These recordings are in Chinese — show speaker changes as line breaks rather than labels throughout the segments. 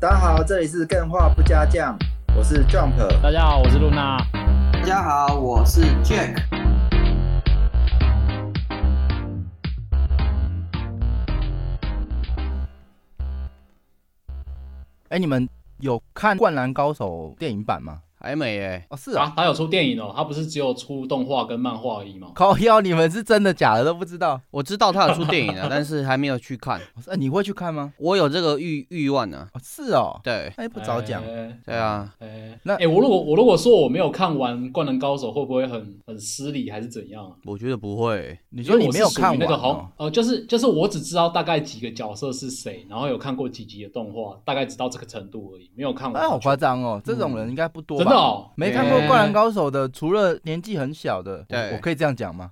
大家好，这里是更画不加酱，我是 Jump。
大家好，我是露娜。
大家好，我是 Jack。
哎，你们有看《灌篮高手》电影版吗？
还没哎、
哦，是
啊，他有出电影哦，他不是只有出动画跟漫画而已吗？
靠腰，你们是真的假的都不知道。
我知道他有出电影 啊，但是还没有去看。
哦是啊你会去看吗？
我有这个欲欲望呢、
哦，是哦，
对
哎，不早讲。
哎
对啊，
哎，
那
那哎，我如果我如果说我没有看完《灌篮高手》，会不会很很失礼，还是怎样啊？
哦
我觉得不会、
你说你
因为
没
我
有
是属于
看完
那个
哦
好，呃，就是就是我只知道大概几个角色是谁，然后有看过几集的动画，大概只到这个程度而已，没有看完。
哎，好夸张哦！这种人应该不多
嗯
吧？
真的哦
没看过《
哎
灌篮高手》的，除了年纪很小的，我
对
我可以这 样讲吗？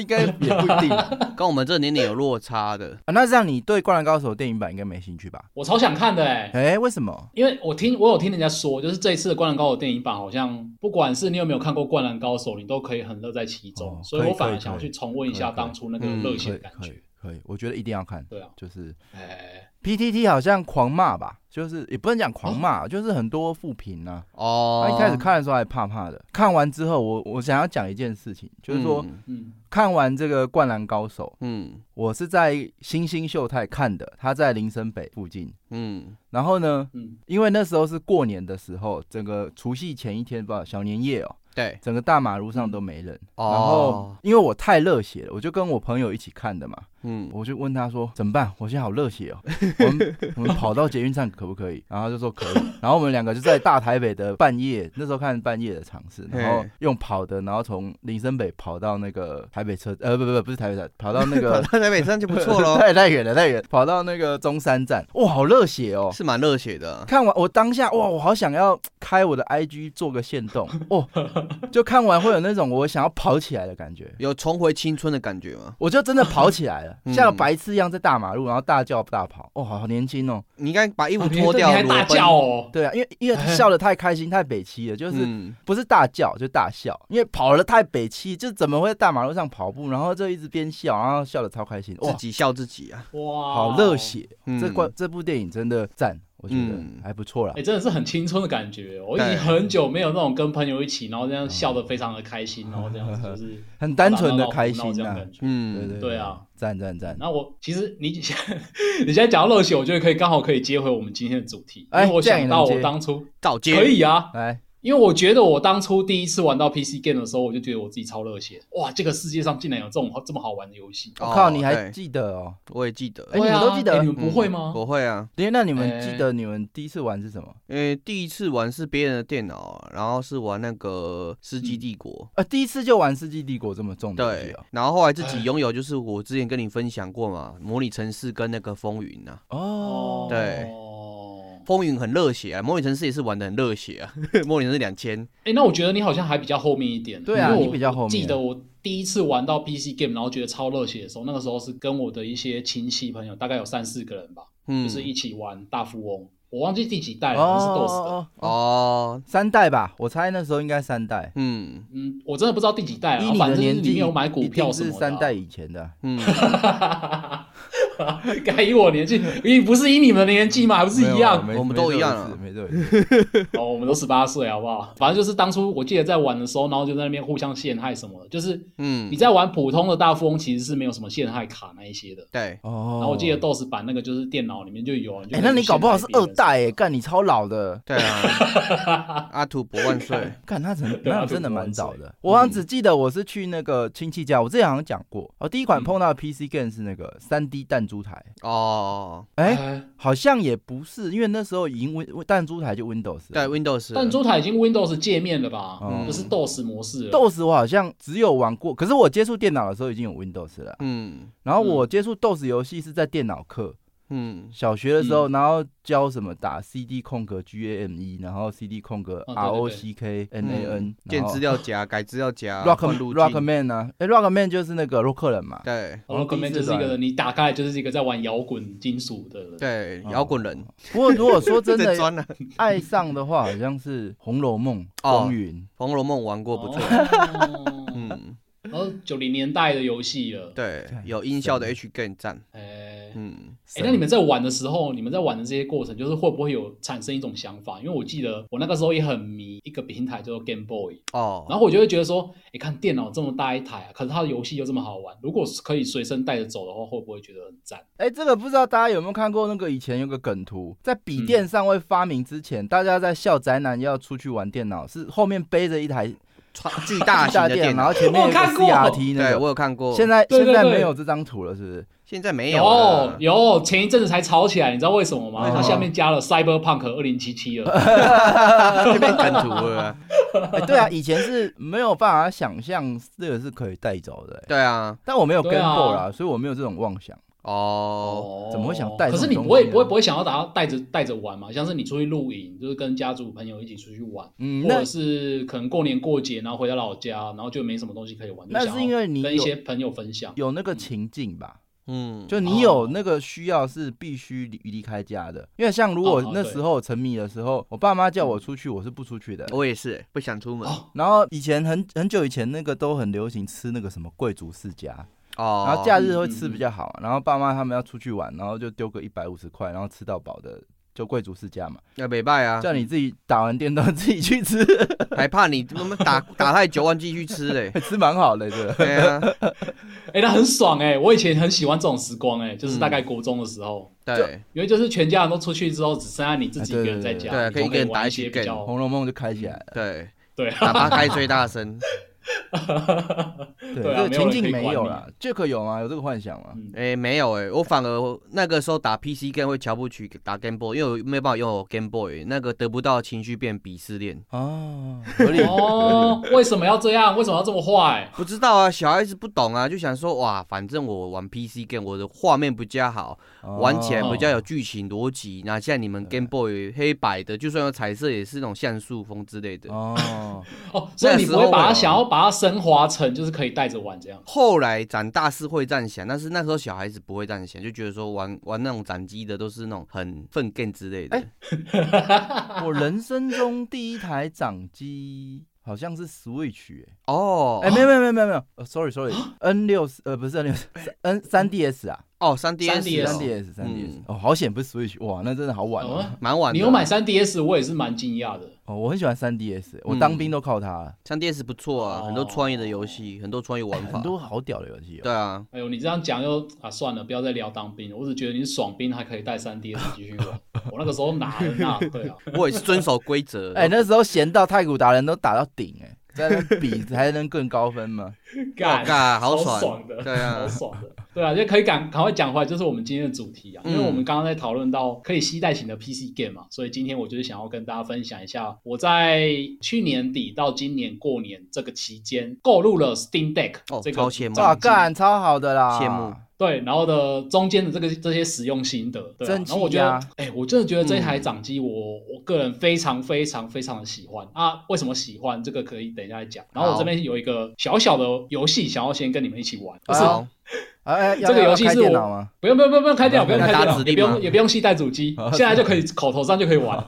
应该也不一定啊。
跟我们这年龄有落差的。
那这样你对《灌篮高手》电影版应该没兴趣吧？
我超想看的哎、
哎，为什么？
因为我听我有听人家说，就是这一次的《灌篮高手》电影版，好像不管是你有没有看过《灌篮高手》，你都可以很乐在其中，
哦
所
可以
我反
可
而
以
想要
可以
去重温一
可
下
以
当初那个
嗯
热血
可
的
以
感
可
觉。
以可以，我觉得一定要看。
对啊，
就是
哎，
PTT 好像狂骂吧，就是也不能讲狂
哦
骂，就是很多负评啊。
哦，
他一开始看的时候还怕怕的，看完之后我我想要讲一件事情，就是说、
嗯，
嗯，
看完这个《灌篮高手》，
嗯
我是在新兴秀泰看的，他在林森北附近。
嗯
然后呢，
嗯，
因为那时候是过年的时候，整个除夕前一天吧，小年夜哦，
对，
整个大马路上都没人。
哦
然后因为我太热血了，我就跟我朋友一起看的嘛，
嗯，
我就问他说怎么办？我现在好热血哦，我们 我们跑到捷运站可不可以？然后他就说可以。然后我们两个就在大台北的半夜，那时候看半夜的场次，然后
嘿
用跑的，然后从林森北跑到那个台北车，呃，不不不，不是台北站，跑到那
跑
个。
到台北站就不错 喽，
太太远了，太远，跑到那个中山站，哇，好热血哦！
是蛮热血的啊。
看完我当下哇，我好想要开我的 IG 做个限动哦，就看完会有那种我想要跑起来的感觉，
有重回青春的感觉吗？
我就真的跑起来了，
嗯
像白痴一样在大马路，然后大叫大跑，哦，好好年轻哦。
你应该把衣服
啊
脱掉
你还，
裸
大
奔。
叫哦，
对啊，因为因为他
哎
笑的太开心，太北七了，就是
嗯，
不是大叫就大笑，因为跑的太北七，就怎么会在大马路上跑步，然后就一直边笑，然后笑的超开心，哇
自，己笑自己啊。
哇，
好热！血！
嗯
这关这部电影真的赞，我觉得
嗯
还不错啦
哎、。真的是很青春的感觉。哦我已
对
经很久没有那种跟朋友一起，然后这样笑得非常的开心，然后这样子就是
很嗯 单纯
打闹
的
闹
开
胡闹这
心
样
啊
感觉。
对
嗯，
对
对啊，
赞赞赞！
那我其实你 你现在讲到热血，我觉得可以刚好可以接回我们今天的主题，因
哎
为我
这样也
想到
能
我
接
当初
早接
可以啊，
来，
因为我觉得我当初第一次玩到 PC game 的时候，我就觉得我自己超热血，哇，这个世界上竟然有这种这么好玩的游戏，
哦
我靠，你还
对
记得哦？
我也记得。
哎你们都记得
哦对啊哎你们不会吗
嗯？我会啊，
对，那你们
哎
记得你们第一次玩是什么？
因为第一次玩是别人的电脑啊，然后是玩那个《世纪帝国》
呃，第一次就玩《世纪帝国》这么重的游戏
对
哦，
然后后来自己拥有，就是我之前跟你分享过嘛，模拟城市跟那个风云啊，
哦，
对
哦
风云很热血啊，模拟城市也是玩的很热血啊， 模拟城市两千，
哎、那我觉得你好像还比较后面一点。
对啊
因为我
你比较后面
我记得我第一次玩到 PC game，然后觉得超热血的时候，那个时候是跟我的一些亲戚朋友，大概有三四个人吧，
嗯，
就是一起玩大富翁。我忘记第几代
哦
了，好啊像是 DOS 的。
哦哦，
哦，
三代吧，我猜那时候应该三代。
嗯
嗯，我真的不知道第几代
以
了，
你
反正
的
就是
年
里
纪，
面有买股票
一定
什么
是
的啊
三代。以前的。
嗯，
该以我年纪，你不是以你们的年纪嘛，还不是一样？
没有啊没
我们都一样啊
没这回事没 这回事
哦，我们都十八岁，好不好？反正就是当初我记得在玩的时候，然后就在那边互相陷害什么的。就是
嗯
你 在玩普通的大富翁，其实是没有什么陷害卡那一些的。
对，
哦。
然后我记得 DOS 版那个就是电脑里面就有，啊你就
哎，
可以
那你搞不好是
陷害别
二
人
代哎，干你超老的。
对啊，阿土伯万 岁，
看他真
对啊
那真的
对
蛮
我
早
忘记嗯
的，我好像只记得我是去那个亲戚家，我之前好像讲过，我第一
嗯
款碰到的 PC game 是那个三 D 弹珠台，
哦，
啊
哎，好像也不是，因为那时候已经 Win 弹珠台就 Windows
对
了。
Windows，
弹珠台已经 Windows 界面了吧？
嗯
不是 DOS 模式了。
DOS 我好像只有玩过，可是我接触电脑的时候已经有 Windows 了。
嗯
然后我接触 DOS 游戏是在电脑课，
嗯
小学的时候，然后教什么打 CD 空格 GAME，然 E，后 CD 空格
哦
R O
对
C K N A N，
嗯建资料夹，改资料夹
Rock
换路
Rock
径，
Man 呢？哎，Rock Man 就是那个洛克人嘛。
对
然后根本就是一个你打开来就是一个在玩摇滚金属的人。
对，
哦
摇滚人，
不过如果说 真
在
的
钻了，《
爱上的话，好像是《红楼梦》
哦
风云。
红楼梦》玩过不错，
哦
嗯，
然后九零年代的游戏了。
对
对，
有音效的 H game 站，
哎，对。
嗯，
哎、那你们在玩的时候，你们在玩的这些过程，就是会不会有产生一种想法？因为我记得我那个时候也很迷一个平台叫做 Game Boy，
哦，
然后我就会觉得说，哎、看电脑这么大一台啊，可是它的游戏又这么好玩，如果是可以随身带着走的话，会不会觉得很赞？
哎、这个不知道大家有没有看过那个以前有个梗图，在
嗯
笔电尚未发明之前，大家在笑宅男要出去玩电脑，是后面背着一台
超巨大型的
电
电
脑，然后，
脑
前面有
我
个
看过
CRT 那
对
个。
我有看过，
现在哦
对对
现在
对
没有这张图了，是不 是？
现在没有
有
了，
有，前一阵子才吵起来，你知道为什么
啊为
吗？
什么
它
哦
下面加了 Cyberpunk 二零七七了。
就变梗图了，
哎、对啊，以前是没有办法想象这个是可以带走的、哎
对啊，
但我没有跟
对啊
过啦，所以我没有这种妄想。
哦，
怎么会想带这
可
种
是你
东
不会
西啊
不会不会想要把它带着带着玩嘛？像是你出去露营，就是跟家族朋友一起出去玩，
嗯，
或
那
者是可能过年过节，然后回到老家，然后就没什么东西可以玩，就
那
想
是
要
因为你
跟一
有
些朋友分享。
有那个情境吧？
嗯，
就你有那个需要是必须离离开家的，因为像如果
哦哦
那
对
时候沉迷的时候，我爸妈叫我出去，我是不出去的。
我也是不想出门，
哦
然后以前很很久以前那个都很流行吃那个什么贵族世家，
哦，
然后假日会吃比较好，然后爸妈他们要出去玩，然后就丢个一百五十块，然后吃到饱的。就贵族世家嘛，
要北拜啊，
叫你自己打完电动自己去吃，
还怕你他妈打打太久，忘记去吃 嘞，
吃蛮好的，这个。
对啊，
哎、那很爽哎、我以前很喜欢这种时光哎、就是
嗯
大概国中的时候，
对，
因为就是全家人都出去之后，只剩下你自己一
啊对
个人在家，
对对对
你
可
都
以一个人
玩
打
一
一起
些比较
《红楼梦》就开起来了，
对，
对
啊
打八开最 大声，
对，
对啊没有
这个情
人
境
可以
没
管
有
你
啦。Jack 有吗？有这个幻想吗？
嗯
哎，没有哎，我反而那个时候打 PC game 会瞧不起打 Game Boy，因为我没有办法拥有 Game Boy，那个得不到的情绪变鄙视链。
哦，合理。
哦，为什么要这样？为什么要这么坏？
不知道啊，小孩子不懂啊，就想说哇，反正我玩 PC game，我的画面比较好，
哦
玩起来比较有剧情逻辑。那现在你们 Game Boy 黑白的，就算有彩色，也是那种像素风之类的。
哦，
哦，所以你不会把它
那时候会有
想要把它升华成就是可以带着玩这样。
后来长大是会这样想，但是那时候小孩子不会这样想，就觉得说玩玩那种掌机的都是那种很粪 game 之类的。
哎我人生中第一台掌机好像是 Switch，欸
哦，
哎，没有没有没有没有没有呃，sorry sorry，N 六呃不是 N 六，N 三 DS 啊，
哦，三 DS，
三
3DS
DS 三 DS，
嗯
哦，好险不是 Switch，哇，那真的好晚
哦
哦，
蛮啊晚的。
你有买三 DS，我也是蛮惊讶的。
哦，我很喜欢三 DS，我当兵都靠它了，
三 DS 不错
哦
啊，很多创意的游戏，很多创意玩法
很。多好屌的游戏哦。
对啊，
哎呦，你这样讲又啊，算了，不要再聊当兵了。我只觉得你是爽兵，还可以带三 D 继 续玩。我那个时候哪能啊？对啊，
我也是遵守 规则。
哎，那时候闲到太古达人都打到顶，哎，在那比 才能更高分嘛。
干
干好
超
爽
爽的，
对 啊
好爽的，对啊，就可以赶赶快讲回来，就是我们今天的主题啊，因为
嗯
我们刚刚在讨论到可以携带型的 PC game 嘛，所以今天我就是想要跟大家分享一下，我在去年底到今年过年这个期间购入了 Steam Deck
哦
这个
超羡慕
哇，
掌机
干超好的啦！
羡慕
对，然后的中间的这个这些使用心得，对啊、
真
然后我
气
觉得
呀，
哎、我真的觉得这台掌
嗯
机我、我个人非常非常非常的喜欢啊。为什么喜欢？这个可以等一下再讲。然后我
好
这边有一个小小的游戏想要先跟你们一起玩，不是、
好哎哎，要
这个
要
游戏
开
是
电
我
脑吗？
不用不用不用不用开电脑，不用
那
开
打
电脑，
指
也
令
不
吗
用也不用携带主机，现在就可以口头上就可以玩。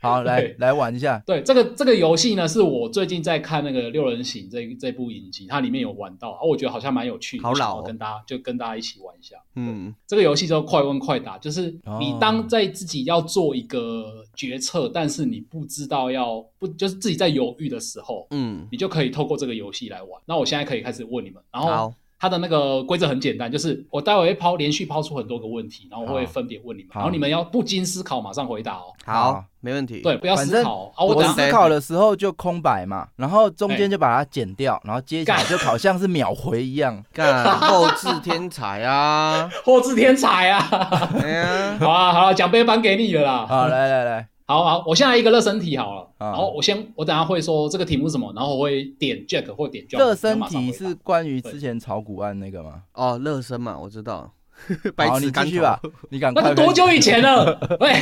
好，来
对
来玩一下。
对，这个这个游戏呢，是我最近在看那个《六人行》这这部影集，它里面有玩到，啊，我觉得好像蛮有趣的，
好
想
老
要
哦
跟大家就跟大家一起玩一下。
嗯，
这个游戏叫快问快答，就是你
哦
当在自己要做一个决策，但是你不知道要不就是自己在犹豫的时候，
嗯，
你就可以透过这个游戏来玩。那我现在可以开始问你们，然后
好，
它的那个规则很简单，就是我待会会抛连续抛出很多个问题，然后我会
好
分别问你们，
好
然后你们要不经思考马上回答哦。
好
好，
没问题。
对，，不要思考哦啊！我
我
等
是
下
思考的时候就空白嘛，然后中
哎
间就把它剪掉，然后接下来
干
就好像是秒回一 样。
干后置天才啊，
后置天才啊！
哎呀，
好啊，好啊，奖杯颁给你了啦。
好，来 来来，
好好，我现在一个热身题好了，
啊
然后我先，我等下会说这个题目是什么，然后我会点 Jack 或点 John。
热身题
你
是
们
关于之前炒股案那个吗？
哦，热身嘛，我知道。
好，
白
你
痴，
继
赶
续
去
吧，，你赶
马上回答，那
快。
是多久以前了？ 喂，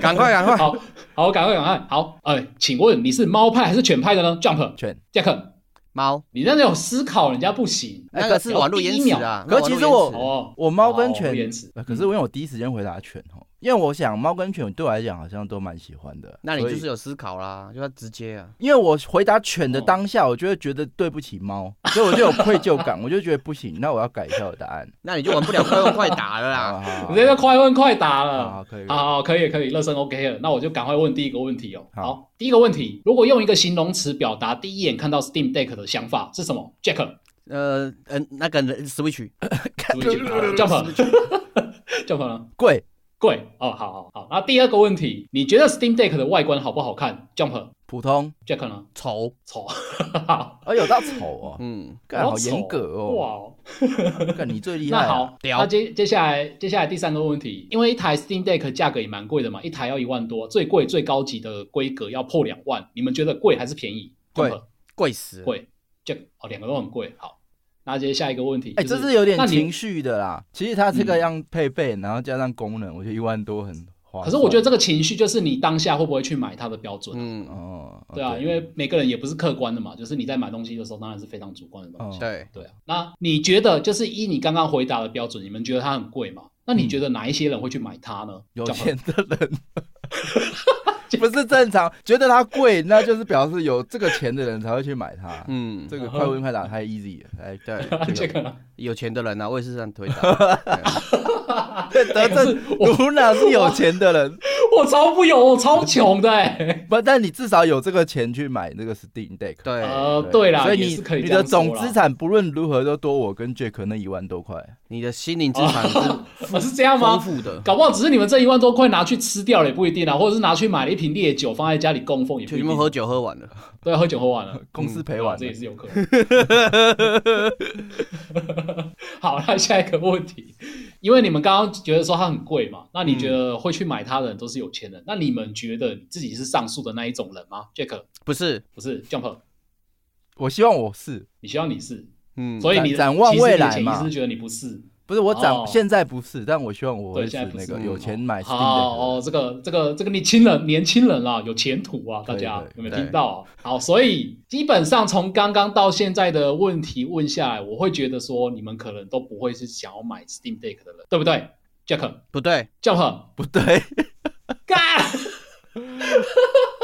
赶快赶快。
好好，赶快赶快，好，哎，请问你是猫派还是犬派的呢？Jump
全？
Jack，
猫，
你那有思考，人家不行
哎
那
可
个
是
是网络延迟啊。
可是其实我
那网络延迟
哦。
我猫跟
哦我
犬
延迟，
呃可是因为我第一时间回答犬哦，因为我想猫跟犬对我来讲好像都蛮喜欢的。
那你
所以
就是有思考啦，就要直接啊。
因为我回答犬
哦
的当下，我就会觉得对不起猫，所以我就有愧疚感，我就觉得不行，那我要改一下我的答案。
那你就玩不了快问快答 了
好啊
啦。
好好
啊你嗯这个快问快答了。
好好可以。可以
好好，可以可以，热身 OK 了，那我就赶快问第一个问题哦。
好
第一个问题，如果用一个形容词表达第一眼看到 Steam Deck 的想法是什么？Jack，
呃，嗯、那个人 Switch
注意请 Jump，Jump 呢？
贵
贵哦，好好好。那第二个问题，你觉得 Steam Deck 的外观好不好看？Jump，Jack
普通，
呢？
丑，
丑，
哎有到丑哦，
嗯，
干好严格
丑哇
哦，
哦。
干你最厉害
那
啊。
好，
屌
那接接下来接下来第三个问题，因为一台 Steam Deck 价格也蛮贵的嘛，一台要一万多，最贵最高级的规格要破两万，你们觉得贵还是便宜？
贵
Jump
贵死了。
贵，这个哦，两个都很贵。好，那接下一个问题，
哎，
就
这是有点
那你
情绪的啦。其实它这个
嗯
样配备，然后加上功能，我觉得一万多很划算。
可是我觉得这个情绪就是你当下会不会去买它的标准啊、
嗯，
哦，
对啊，因为每个人也不是客观的嘛，就是你在买东西的时候，当然是非常主观的东西。
哦
对，
对啊，那你觉得就是依你刚刚回答的标准，你们觉得它很贵吗？那你觉得哪一些人会去买它呢？
嗯有
这样
钱的 人不是正常，觉得它贵，那就是表示有这个钱的人才会去买它。
嗯，
这个快问快答太 easy 了， 哎，
对，
这个
有钱的人啊，我也是这样 推的。
对德政卢娜是有钱的人，
我超不有，我超穷的、 欸。
不，但你至少有这个钱去买那个 Steam Deck。
对，
呃，对啦，
所以
也是可以
你你
这
的
样说啦
总资产不论如何都多我跟 Jack 那一万多块。
你的心灵资产
哦
是
啊是这样吗
丰？富的，
搞不好只是你们这一万多块拿去吃掉了也不一定啊，或者是拿去买了一瓶烈酒放在家里供奉也不
就
一
你
定啊
们。喝酒喝完了，
对啊，喝酒喝完了，
公司赔完
啊嗯这也
了，
是有可 能。好，那下一个问题，因为你们刚刚觉得说它很贵嘛，那
嗯
你觉得会去买它的人都是有钱人，那你们觉得你自己是上述的那一种人吗？Jack
不是？
不是 Jump，
我希望我是，
你希望你是，
嗯，
所以你
展展望
其实你的
未来
潜意
嘛
识是觉得你不是。
不是我长
哦
现在不是，但我希望我
对
会是
现在不
那
是
个
嗯
有钱买 Steam
好
Deck
哦，这个这个这个年轻人年轻人啦，有前途啊，大
对
家
对
有没有
对
听到啊？好，所以基本上从刚刚到现在的问题问下来，我会觉得说你们可能都不会是想要买 Steam Deck 的人，对不对？Jack
不对，
Jack
不对，
干，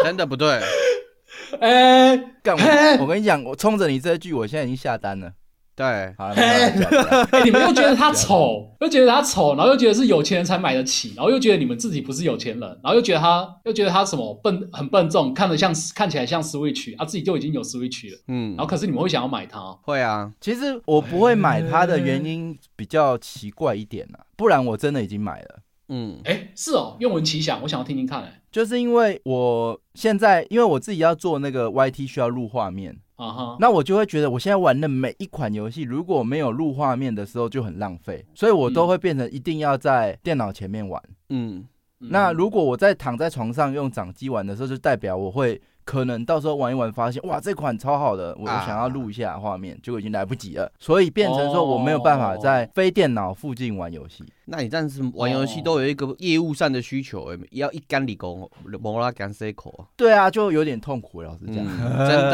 真的不对。
哎、
干
嘿
我！我跟你讲，我冲着你这一句，我现在已经下单了。
对，
好了， 没有啦假的啦
哎你们又觉得他丑，又觉得他丑，然后又觉得是有钱人才买得起，然后又觉得你们自己不是有钱人，然后又觉得他又觉得他什么笨很笨重，看得像看起来像 Switch，他、啊、自己就已经有 Switch 了，
嗯
然后，可是你们会想要买它、
会啊，
其实我不会买它的原因比较奇怪一点啦，不然我真的已经买了。
嗯，
哎，是哦，愿闻其详，我想要听听看，哎，
就是因为我现在，因为我自己要做那个 YT 需要录画面，
啊哈，
那我就会觉得我现在玩的每一款游戏，如果没有录画面的时候就很浪费，所以我都会变成一定要在电脑前面玩。
嗯，
嗯
那如果我在躺在床上用掌机玩的时候，就代表我会可能到时候玩一玩，发现哇这款超好的，我
啊
我想要录一下画面，结果已经来不及了，所以变成说我没有办法在
哦
非电脑附近玩游戏。
那你但是玩游
哦
戏都有一个业务上的需求，哎要一干理工，摩拉干 C 口啊，
对啊，就有点痛苦，老实
嗯
讲。
真的。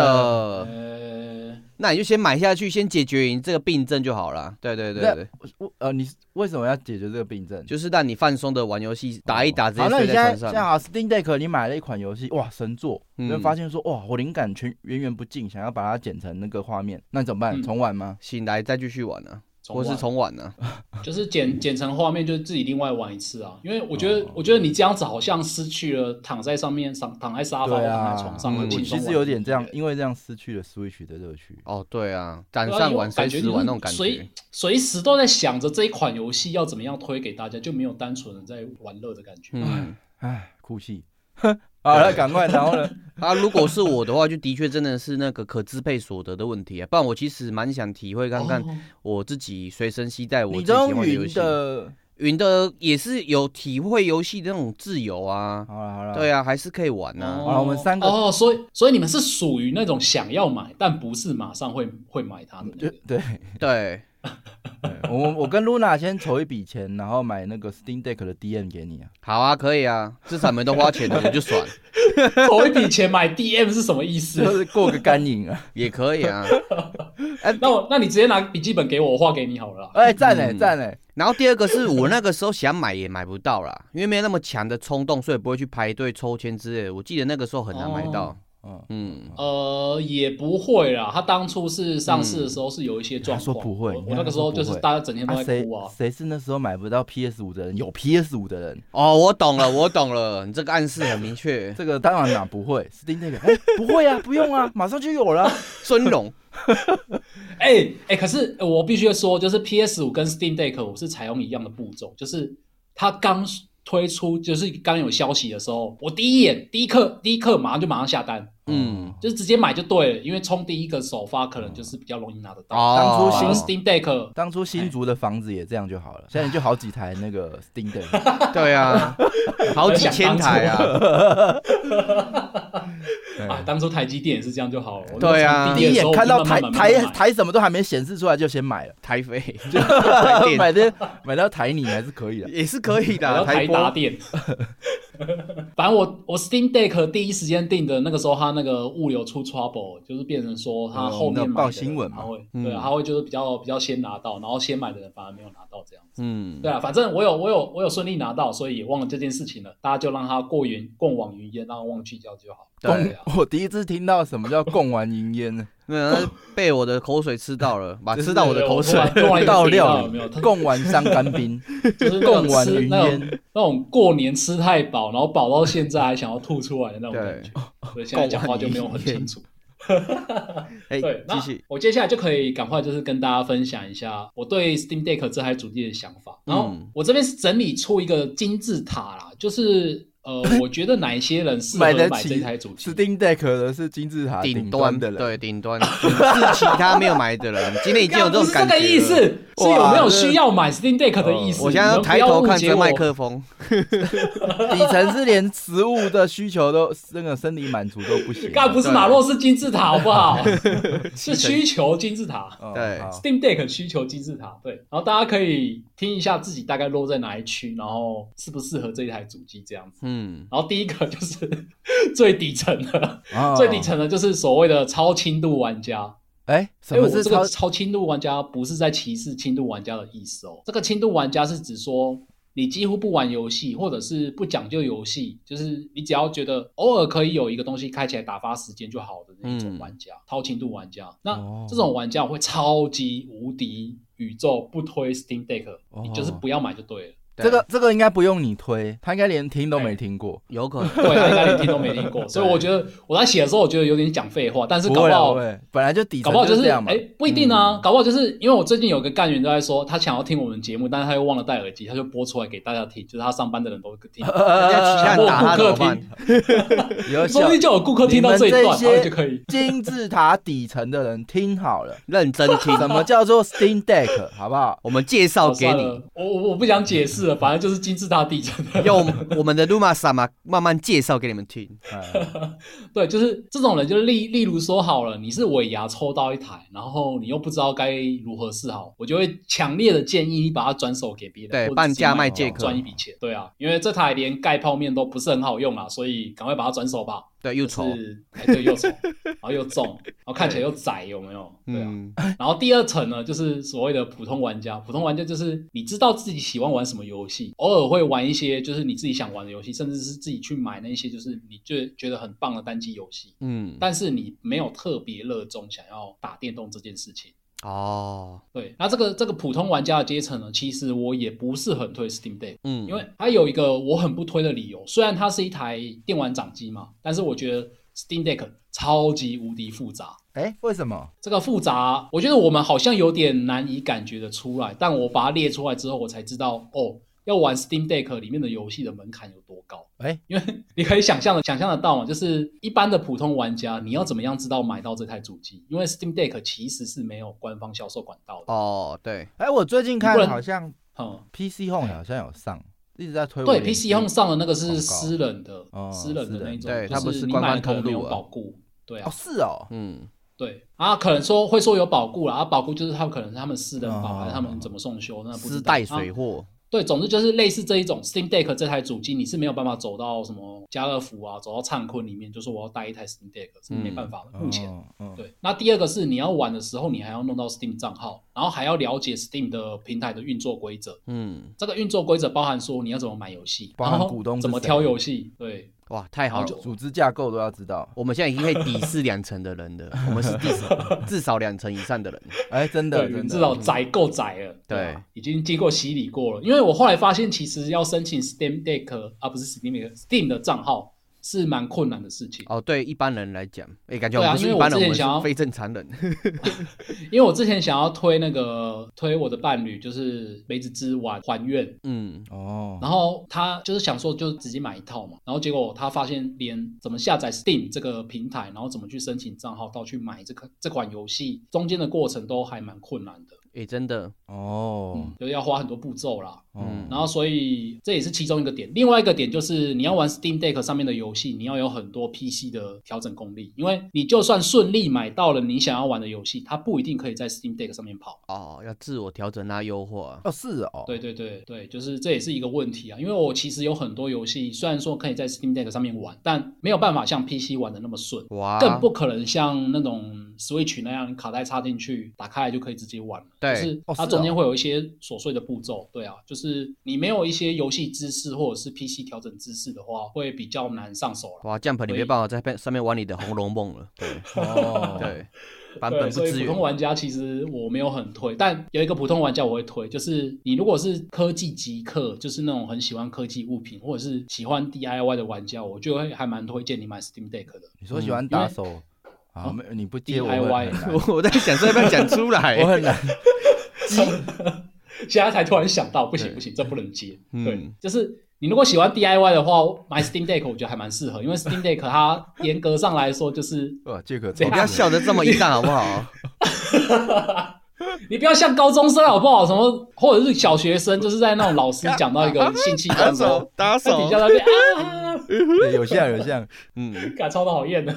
呃，
那你就先买下去，先解决你这个病症就好了。对对对
那
对，
我呃，你为什么要解决这个病症？
就是让你放松的玩游戏，打一打直接
好，那
睡
你现在
在
现
床
在
上。
好，Steam Deck 你买了一款游戏，哇，神作，
嗯
你会发现说，哇，我灵感全源源不尽，想要把它剪成那个画面，那你怎么
嗯
办？重玩吗？
醒来再继续玩啊，
重
或
玩
是重玩 啊。
就是剪剪成画面，就自己另外玩一次啊，因为我觉
哦
得，我觉得你这样子好像失去了躺在上面躺躺在沙发或
对
躺
啊
在床上
嗯
很
我
轻松
其
玩的
实有点这样
感，觉。
因为这样失去了 Switch 的乐趣。
哦，对啊，赶
对啊
上
因为
玩
感
随
觉
时
就是
玩那种感
随
觉。
随时都在想着这一款游戏要怎么样推给大家，就没有单纯的在玩乐的感觉。
嗯，
唉，哭泣。 好了，赶快，然后 呢？
啊，如果是我的话，就的确真的是那个可支配所得的问题啊。不然我其实蛮想体会看看
哦
我自己随身携带我自
你
己喜欢
终
的游
于
戏。
的，
云的也是有体会游戏的那种自由啊，
好了好了，
对啊，还是可以玩
哦
啊。
好了我们三个
哦，所以所以你们是属于那种想要买，但不是马上会会买它的那
就
个。
对，
对，
对我我跟 Luna 先筹一笔钱，然后买那个 Steam Deck 的 DM 给你啊。
好啊，可以啊，至少没都花钱了，我就爽。
投一笔钱买 DM 是什么意
就
思？
是过个干瘾 啊！
也可以啊。
那我那你直接拿笔记本给我，我画给你好了啦。
哎，赞嘞
嗯
赞嘞，
然后第二个是我那个时候想买也买不到啦，因为没有那么强的冲动，所以不会去排队抽签之类的。我记得那个时候很难买到。
哦
嗯，
嗯，
呃，也不会啦。他当初是上市的时候是有一些状况，
嗯他说不
我
会你看
我那个时候就是大家整天都
啊
在
谁
哭啊。
谁是那时候买不到 PS 五的人？有 PS 五的人，
哦，我懂了，我懂了，你这个暗示很明确。
这个当然哪不会？是丁这个，哎， 不会啊，不用啊，马上就有了。
尊 荣，
哎哎、可是呃我必须说，就是 PS 五跟 Steam Deck 我是采用一样的步骤，就是它刚推出，就是刚有消息的时候，我第一眼、第一刻、第一刻马上就马上下单，
嗯，
就是直接买就对了，因为冲第一个首发可能就是比较容易拿得到。
哦，
当
而
初
Steam Deck
当初新竹的房子也这样就好了，现在就好几台那个 Steam Deck，
对啊，好几千 台啊，
啊，当初台积电也是这样就好了。我
对啊
从
哎第一
的时
眼
候
看到
我就
台
慢慢慢慢
台
买
台什么都还没显示出来就先买了，
台费
啊
台电
买的买到台你还是可以的。
也是可以的
我
啊，
要台
台
达
波
店。 反正我我 Steam Deck 第一时间订的那个时候，它那个物流出 trouble，就是变成说它后面
嗯
买的
报新闻嘛
它会
嗯
对啊，它会就是比较比较先拿到，然后先买的人反而没有拿到这样子。
嗯
对，啊，反正我有我有我有顺利拿到，所以也忘了这件事情了。大家就让它过云过往云烟，让它忘记掉就好。 对
共
啊，
我第一次听到什么叫共玩银 烟呢？
没有那被我的口水吃到了，把
就是
吃到我的口水
对，我突然突然有
倒
听
料
到
理
有没有？它
共玩伤肝兵，
就是那
共
种
玩
吃
云
那种
烟，
那种过年吃太饱，然后饱到现在还想要吐出来的那种感觉。所以现在讲话就没有很清 楚。
哎
对，，那
继续，
我接下来就可以赶快就是跟大家分享一下我对 Steam Deck 这台主机的想法。然后
嗯
我这边是整理出一个金字塔啦，就是 呃，我觉得哪一些人适合
买得
买这
起
台主机。
Steam Deck 的是金字塔
顶
端
端
的人，
对，顶端，是其他没有买的人，今天已经有 这种感
啊不是这个意
觉
思，
了。
是有没有需要买 Steam Deck 的意思？
哦我现在要抬头看着麦克风，
底层是连食物的需求都那个生理满足都不行。
干不是
对啊
马洛是金字塔好不 好？是需求金字塔。
哦
对
好
Steam Deck 需求金字塔，对，然后大家可以听一下自己大概落在哪一区，然后适不适合这一台主机这样子。
嗯，
然后第一个就是 最底层的，
哦
最底层的就是所谓的超轻度玩家。
哎，什
因为
么
我
是
这个
超？
超轻度玩家不是在歧视轻度玩家的意思哦，这个轻度玩家是指说你几乎不玩游戏，或者是不讲究游戏，就是你只要觉得偶尔可以有一个东西开起来打发时间就好的那一种玩家，超轻度玩家。那
嗯哦
这种玩家会超级无敌宇宙不推 Steam Deck，你
哦
就是不要买就对了。哎
对
这个这个应该不用你推，他应该连听都没听过。
有可能，
对，他应该连听都没听 过，所以我觉得我在写的时候，我觉得有点讲废话，但是
不
搞
会啦
好
不会，本来就底
搞
层
不好就是是
这样
哎、
嘛。
不一定
嗯
啊，搞不好就是因为我最近有个干员都在说，他想要听我们节目，但是他又忘了戴耳机，他就播出来给大家听，就是他上班的人都 听，
人家其他人打他怎么办？
有
说不定就有顾客听到这一段，然后就可以。
金字塔底层的人听好了，
认真听，
什么叫做 Steam Deck，好不好？
我们介绍给
哦算
你，
了，我我我不想解释了，反正就是金字塔底 层的。
用我们的 Luma 萨玛慢慢介绍给你们听。
嗯
对，就是这种人，就例例如说好了，你是尾牙抽到一台，然后你又不知道该如何是好，我就会强烈的建议你把它转手给别人，
对
或者是
半价
自己买哦
卖借客
赚一笔钱。对啊，因为这台连盖泡面都不是很好用啦，所以赶快把它转手吧。
对，又
就
丑，
是哎对，又丑，然后又重，然后看起来又窄，有没有？对啊。
嗯，
然后第二层呢，就是所谓的普通玩家。普通玩家就是你知道自己喜欢玩什么游戏，偶尔会玩一些就是你自己想玩的游戏，甚至是自己去买那一些就是你觉觉得很棒的单机游戏，
嗯，
但是你没有特别热衷想要打电动这件事情。
哦，
对，那这个这个普通玩家的阶层呢，其实我也不是很推 Steam Deck，
嗯，
因为它有一个我很不推的理由，虽然它是一台电玩掌机嘛，但是我觉得 Steam Deck 超级无敌复杂。
哎，为什么？
这个复杂，我觉得我们好像有点难以感觉得出来，但我把它列出来之后，我才知道哦，要玩 Steam Deck 里面的游戏的门槛有多高。
哎，
因为你可以想象的想象得到嘛，就是一般的普通玩家，你要怎么样知道买到这台主机？因为 Steam Deck 其实是没有官方销售管道的。
哦，对，
哎，我最近看
你不能
好像
嗯，
PC Home 好像有上，一直在推我
对
连接。
，PC Home 上的那个
广告
是私人的，
哦
私人的那一
私
种，
人对它
就
不是
你
官方
买了可能
通路
没有
啊
保固，对
哦，
啊，
是哦，
嗯，
对啊，可能说会说有保固啦，啊，保固就是他们可能是他们私人保，
哦
还是他们怎么送修，那不知
丝
道
带水
啊
货，
对，总之就是类似这一种 Steam Deck 这台主机，你是没有办法走到什么家乐福啊，走到灿坤里面，就说我要带一台 Steam Deck 是没办法的，目前。
哦，嗯
对，那第二个是你要玩的时候，你还要弄到 Steam 账号，然后还要了解 Steam 的平台的运作规则。
嗯，
这个运作规则包含说你要怎么买游戏，
包含
然后
股东是
怎么
谁
挑游戏，对，
哇，太好了。
组织架构都要知道。
我们现在已经可以抵视两成 的人了，我们是第至少两成以上的人。
哎，真的，
对，
真的
至少宅够宅了，啊
对，
已经经过洗礼过了。因为我后来发现，其实要申请 Steam Deck 啊，不是 Steam Deck，Steam 的账号是蛮困难的事情。
哦，对一般人来讲，哎，感觉
对
我
啊
们不是
因为
一
我
般
之
人，我
前
们
想要
是非正常人。
因为我之前想要推那个推我的伴侣，就是梅子之玩还愿，
嗯，
哦，
然后他就是想说就直接买一套嘛，然后结果他发现连怎么下载 Steam 这个平台，然后怎么去申请账号到去买这个这款游戏，中间的过程都还蛮困难的，
哎，真的，
哦
嗯，，就是要花很多步骤啦。
嗯
嗯，
然后，所以这也是其中一个点。另外一个点就是，你要玩 Steam Deck 上面的游戏，你要有很多 PC 的调整功力，因为你就算顺利买到了你想要玩的游戏，它不一定可以在 Steam Deck 上面跑。
哦，要自我调整啊，优化。
哦是哦，
对对对对，就是这也是一个问题啊。因为我其实有很多游戏，虽然说可以在 Steam Deck 上面玩，但没有办法像 PC 玩的那么顺，
啊
哇，
更不可能像那种 Switch 那样，你卡带插进去，打开来就可以直接玩了。
对
就是
哦
它
是
中间
哦
会有一些琐碎的步骤。对啊，就是你没有一些游戏知识或者是 PC 调整知识的话，会比较难上手了。
哇，Jump 你没办法在上面玩你的《红楼梦》了。对
哦，
对，版
对，
本
所
不
以
支
普
援。
通玩家其实我没有很推，但有一个普通玩家我会推，就是你如果是科技极客，就是那种很喜欢科技物品或者是喜欢 DIY 的玩家，我就会还蛮推荐你买 Steam Deck 的。
你说
嗯
喜欢打手啊？没有，你不接我会
DIY
很 难
我我在想说要不要讲出来
我。很难。
现在才突然想到，不行
对
不行，这不能接。
嗯
对，就是你如果喜欢 DIY 的话，买 Steam Deck 我觉得还蛮适合，因为 Steam Deck 它严格上来说就是
哇，杰克，
你不要笑得这么淫荡好不好？
你不要像高中生好不好？什么或者是小学生，就是在那种老师讲到一个性器官的时 候，
打
在底下那边啊，
对，有像有像，
嗯，
感超讨厌的。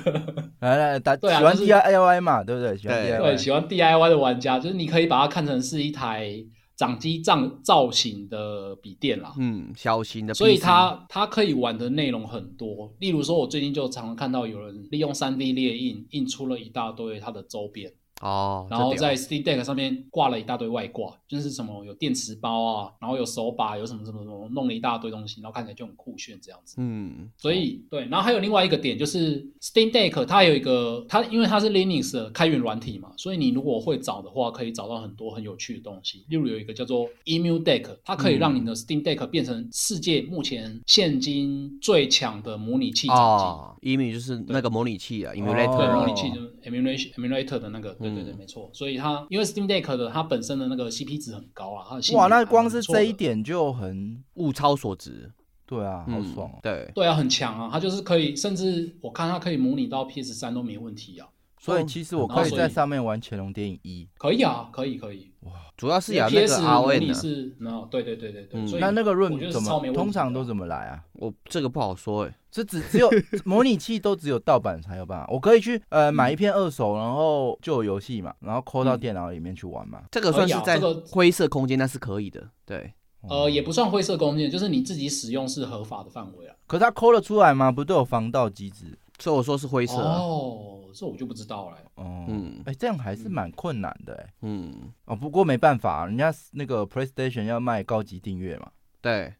来来哎打，
对啊
喜欢
就是
DIY 嘛，对不对？喜欢
对
对，
DIY，
喜欢 DIY 的玩家，就是你可以把它看成是一台掌机造造型的笔电啦。
嗯，小型的 PC，
所以它它可以玩的内容很多，例如说，我最近就常常看到有人利用 3D 列印印出了一大堆它的周边，
哦，
然后
这屌
在 Steam Deck 上面挂了一大堆外挂，就是什么有电池包啊，然后有手把，有什么什么什么，弄了一大堆东西，然后看起来就很酷炫这样子。
嗯，
所以对，然后还有另外一个点就是 Steam Deck 它有一个它因为它是 Linux 的开源软体嘛，所以你如果会找的话，可以找到很多很有趣的东西。例如有一个叫做 Emu Deck，它可以让
嗯
你的 Steam Deck 变成世界目前现今最强的模拟器掌机。
哦，emu 就是那个模拟器啊
对，
哦
模
，emulator，
拟器就是 emulation emulator 的那个，对对对，
嗯
没错。所以它因为 Steam Deck 的它本身的那个 CP 值很高啊，它的性
哇，
能
那
还
光
蛮
是
不错的
这一点就很
物超所值，
对啊，好
嗯
爽哦。
对，
对啊，很强啊，它就是可以，甚至我看它可以模拟到 PS 三都没问题啊，
所以其实我
然后
可以
所
在
以
上面玩《乾隆电影一》，
可以啊，可以可以。
主要是有那个
PS 模
RN
拟
啊，
是，然后对对对对对，
嗯
所以
那那个
我觉得
run
是
怎
超没问
么
题的
通常都怎么来啊？
我这个不好说哎，
这只 只有模拟器都只有盗版才有办法。我可以去呃买一片二手，然后就有游戏嘛，然后抠到
嗯
电脑里面去玩嘛。
这个算
可以
是
啊
在
这个
灰色空间，那是可以的，对，
呃也不算灰色空间，就是你自己使用是合法的范围啊。
可是它抠得出来吗？不都有防盗机制？
所以我说是灰色啊，
哦，这我就不知道了。
哦，
嗯
哎，这样还是蛮困难的哎。
嗯，
哦，不过没办法，人家那个 PlayStation 要卖高级订阅嘛，
对，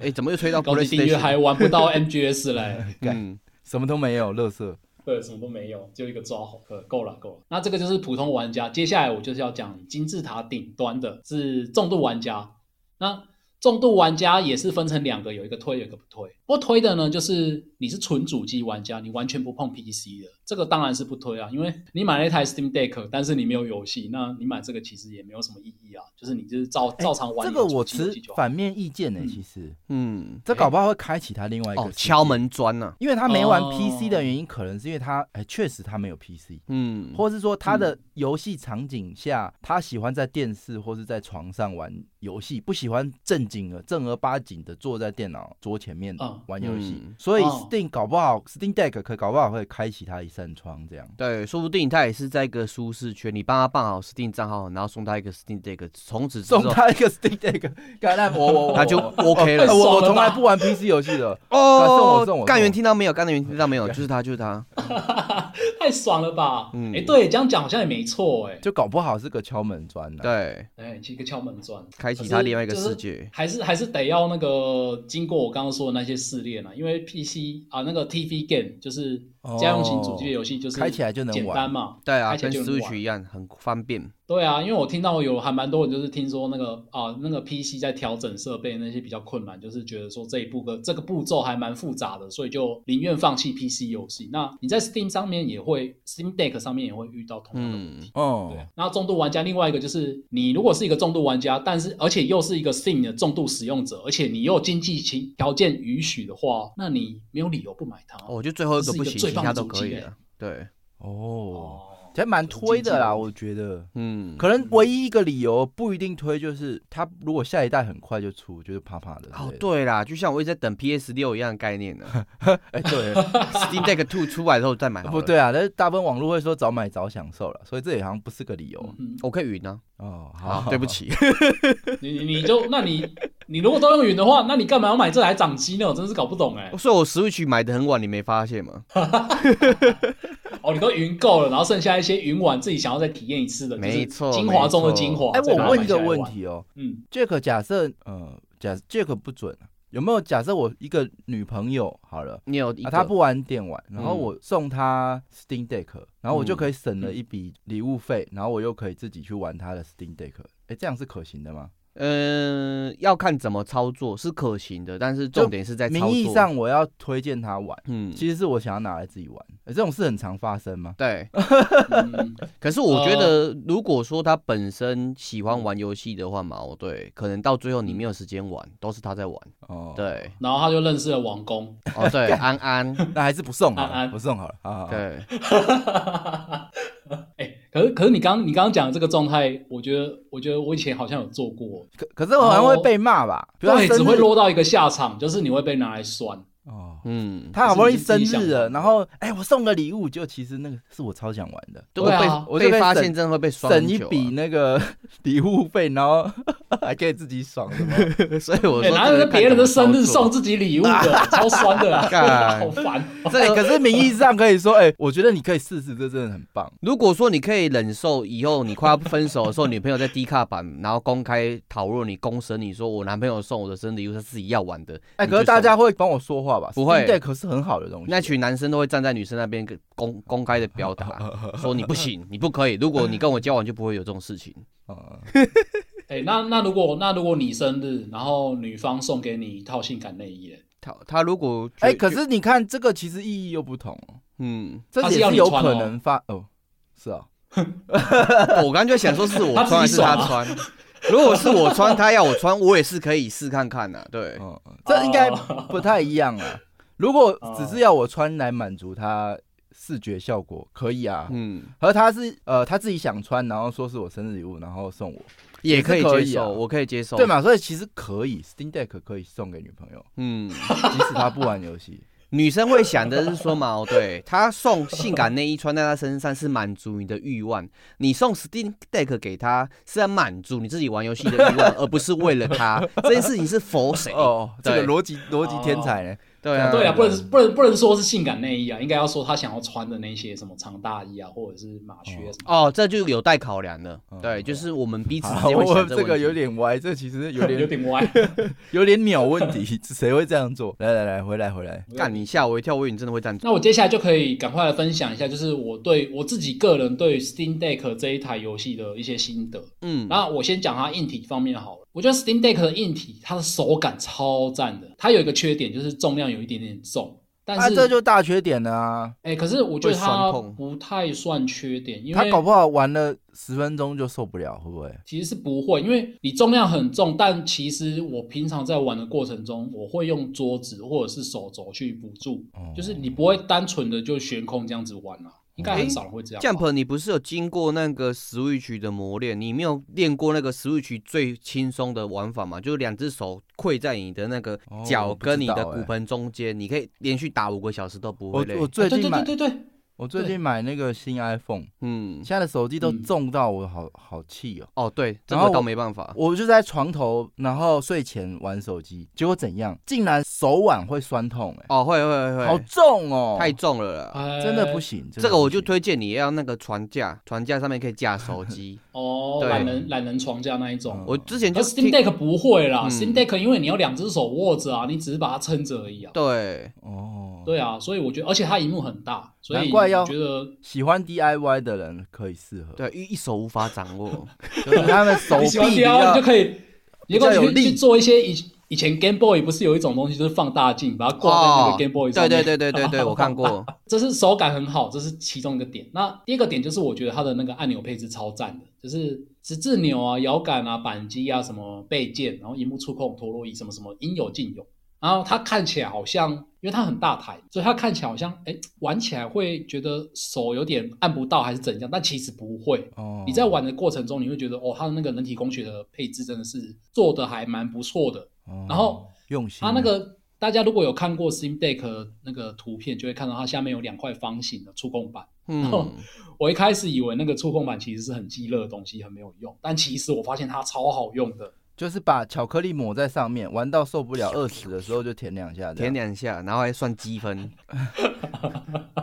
哎，怎么又 吹到
高级订阅
PlayStation？
还玩不到 MGS 嘞，
嗯，
什么都没有，乐色。
对，什么都没有，只有一个抓猴，对，够了够了。那这个就是普通玩家，接下来我就是要讲金字塔顶端的是重度玩家。那重度玩家也是分成两个，有一个推，有一个不推。不推的呢，就是你是纯主机玩家，你完全不碰 PC 的，这个当然是不推啊，因为你买了一台 Steam Deck，但是你没有游戏，那你买这个其实也没有什么意义啊，就是你就是照
哎
照常玩
这
你
个
的
我
主机游
持
戏就好。
反面意见呢，
嗯
其实
嗯，
这搞不好会开启他另外一个
哦，
世界
敲门砖啊呐，
因为他没玩
哦
PC 的原因，可能是因为他哎，确实他没有 PC，
嗯，
或是说他的游戏场景下，他喜欢在电视或是在床上玩游戏，不喜欢正经的、正儿八经的坐在电脑桌前面
嗯
玩游戏，
嗯
所以
哦
Steam 搞不好、Steam Deck 可搞不好会开启它一扇窗，这样。
对，说不定他也是在一个舒适圈，你帮他办好 Steam 账号，然后送他一个 Steam Deck，从此之
送
后
他哦一个 Steam Deck，干 那我 我我
那就
我
OK 了。
我
爽
我
了吧
从来不玩 PC 游戏的，干送我送我
哦，干
送我
员听到没有？干员听到没有？就是他，就是他。
太爽了吧？
嗯
哎、对，这样讲好像也没错哎、
就搞不好是个敲门砖啊呢、
对，
哎，一个敲门砖，
开启
可是
他另外一个世
就是
界。
还是还是得要那个经过我刚刚说的那些试炼啊，因为 PC 啊那个 TV game 就是家用型主机的游戏，就是
哦开起来就能玩
简单嘛。
对啊，
开起来
跟
就很
Switch
晚
一样，很方便。
对啊，因为我听到有还蛮多人就是听说那个啊那个 PC 在调整设备那些比较困难，就是觉得说这一步个这个步骤还蛮复杂的，所以就宁愿放弃 PC 游戏。那你在 Steam 上面也会 Steam Deck 上面也会遇到同样的问题。
嗯，
哦
对，，然后重度玩家另外一个就是，你如果是一个重度玩家，但是而且又是一个 Steam 的重度使用者，而且你又经济情条件允许的话，那你没有理由不买它。
哦，就最后一
这
个
是一个
不行，
最
其
棒
他
的
都
主
可
机
以
耶
了。对，
哦，
哦
其实蛮推的啦，
经济
我觉得。
嗯，
可能唯一一个理由不一定推，就是它如果下一代很快就出，就是啪啪的之类的。
哦，对啦，就像我一直在等 PS 六一样的概念呢。
哎、对，
Steam Deck Two 出来之后再买好了。
不对，啊？但是大部分网络会说早买早享受了，所以这也好像不是个理由。
嗯，
我可以云啊。
哦，好
好，，对不，起。
你你你就那你你如果都用云的话，那你干嘛要买这台掌机呢？我真是搞不懂哎、
所以我 Switch 买的很晚，你没发现吗？
哦，你都云购了，然后剩下一些云玩自己想要再体验一次的，
没错
就是精华中的精华。
哎、
再把
我
它
问
买
一
下
个
来玩
问，题哦
嗯，
，Jack，假设呃，假 Jack 不准啊，有没有假设我一个女朋友好了？
你有一
啊，
个
她不玩电玩，然后
嗯
我送她 Steam Deck，、然后我就可以省了
嗯
一笔礼物费，然后我又可以自己去玩她的 Steam Deck，哎、这样是可行的吗？
呃，要看怎么操作是可行的，但是重点是在操
名
作
义，上我要推荐她玩，
嗯，
其实是我想要拿来自己玩，哎这种事很常发生吗？
对。
嗯
可是我觉
哦
得，如果说他本身喜欢
嗯
玩游戏的话嘛，哦，对，可能到最后你没有时间玩，都是他在玩。
哦，，
对，
然后他就认识了王宫，
哦，对，安安，
那还是不送好
安
了，
安
不送好了，好好好
对，
哎、可是可是你刚你刚刚讲的这个状态，我觉得我觉得我以前好像有做过，
可可是我好像会被骂吧？比如她
哦对，
啊生
只会
日
落到一个下场，就是你会被拿来酸。
哦。
嗯，
他好不容易生
就是你自
日
己
了，
想
然后哎、我送个礼物，就其实那个是我超想玩的，
如
对
果被
啊
我就
被
被
发
省
现，真的会被啊刷
省一笔那个 礼物费，然后 还可以自己爽，是吗？
所以我
哎、
说，
哪有人别人的生日送？自己礼物的，超酸的啊，
干
好烦哦、
哎、可是名义上可以说，哎、我觉得你可以试试，这真的很棒。
如果说你可以忍受以后你快要分手的时候，女朋友在 D 卡版，然后公开讨论你、公审你说我男朋友送我的生日礼物是自己要玩的，
哎、
你就
可是大家会帮我说话吧？
不会
Steam Deck 是很好的东西。
那群男生都会站在女生那边跟公公开的表达，说你不行，你不可以。如果你跟我交往，就不会有这种事情。
呃
哎、那那如果那如果你生日，然后女方送给你一套性感内衣嘞，
他他如果觉
哎、可是你看这个其实意义又不同哦，
嗯，
这
他是
也
要
是
你
有
穿
可
哦
能发哦，是哦，
我刚刚就想说是我
他自己
穿还是他
爽啊
穿。如果是我穿，他要我穿，我也是可以试看看呐、啊对，
嗯，嗯这应该
哦
不太一样 啊。如果
哦
只是要我穿来满足他视觉效果，可以啊，
嗯，
和他是呃他自己想穿，然后说是我生日礼物，然后送我，
也可以
可以
接
啊
受，我可以接受，
对？嘛？所以其实可以，Steam Deck 可以送给女朋友，
嗯，
即使她不玩游 戏。
女生会想的是说嘛，哦，对，她送性感内衣穿在她身上是满足你的欲望，你送 Steam Deck 给她是在满足你自己玩游戏的欲望，而不是为 了她。这件事情是否谁？
哦，这个
对哦
逻辑逻辑天才呢？
对啊，
对啊，不能不能不能说是性感内衣啊，应该要说她想要穿的那些什么长大衣啊，或者是马靴什么。
哦，这就有待考量了
嗯。
对，就是我们彼此之
好，
间会
我
想这
这个
问题
有点歪，这其实有
有
点
点歪，
有点鸟问题， 谁会这样做？来来来，回来回来，
干你吓我一跳，我以为你真的会站住。
那我接下来就可以赶快来分享一下，就是我对我自己个人对 Steam Deck 这一台游戏的一些心得。
嗯，
那我先讲它硬体方面好了。我觉得 Steam Deck 的硬体，它的手感超赞的。它有一个缺点就是重量有一点点重，但
啊，
是
这就大缺点了啊！
哎、可是我觉得
会酸
它
痛
不太算缺点，因
他
为
搞不好玩了十分钟就受不了，会不会？
其实是不会，因为你重量很重，但其实我平常在玩的过程中，我会用桌子或者是手肘去辅助，
哦
就是你不会单纯的就悬空这样子玩啊。应该很少人会这样吧。
Jump，你不是有经过那个 Switch 的磨练？你没有练过那个 Switch 最轻松的玩法吗？就是两只手跪在你的那个
哦
脚
我不
跟
知
你的
道
骨
欸
盆中间，你可以连续打五个小时都不会
我
累
我。
啊对
最
对
近买
对对对，
我最近买那个新 iPhone，
嗯
现，在的手机都
嗯
重到我好好气哦。
哦，对，这
然后
个倒
我
没办法。
我就在床头，然后睡前玩手机，结果怎样？竟然手腕会酸痛、哎、
哦，会会会，
好重哦、
太重了啦。
哎
真的不行。真的
这个我就
不行
推荐你要那个船架，船架上面可以 架手机。
哦，
对
懒人懒人床架那一
嗯
种。
我之前就
而嗯哦 Steam
听
Deck 不会啦、
嗯
s t e a m Deck 因为你要两只手握着啊，你只是把它撑着而已啊。
对，
哦，
对啊，所以我觉得，而且它荧幕很大，所以
难怪要
我觉得
喜欢 DIY 的人可以适合，
对，一一手无法 掌握。
就是他们 手
你喜欢
臂比
DIY 你就
较
可以，你就
较有
可以去
力
去做一些以以前 Game Boy 不是有一种东西就是放大镜，把它挂在那
哦
个 Game Boy 上
对
面。
对对对对对，我 看过。
这是手感很好，这是其中一个点。那第一个点就是我觉得它的那个按钮配置超赞的，就是十字钮啊、摇杆啊、扳机啊、什么备件，然后荧幕触控、陀螺仪什么什么应有尽有。然后它看起来好像，因为它很大台，所以它看起来好像，哎，玩起来会觉得手有点按不到还是怎样，但其实不会。
哦
你在玩的过程中，你会觉得哦，它的那个人体工学的配置真的是做的还蛮不错的。
哦
然后
用心
它那个大家如果有看过 Steam Deck 那个图片，就会看到它下面有两块方形的触控板。
哦
后
嗯，
我一开始以为那个触控板其实是很鸡肋的东西，很没有用，但其实我发现它超好用的。
就是把巧克力抹在上面，玩到受不了二十的时候就舔两下这样，
舔两下，然后还算 积分，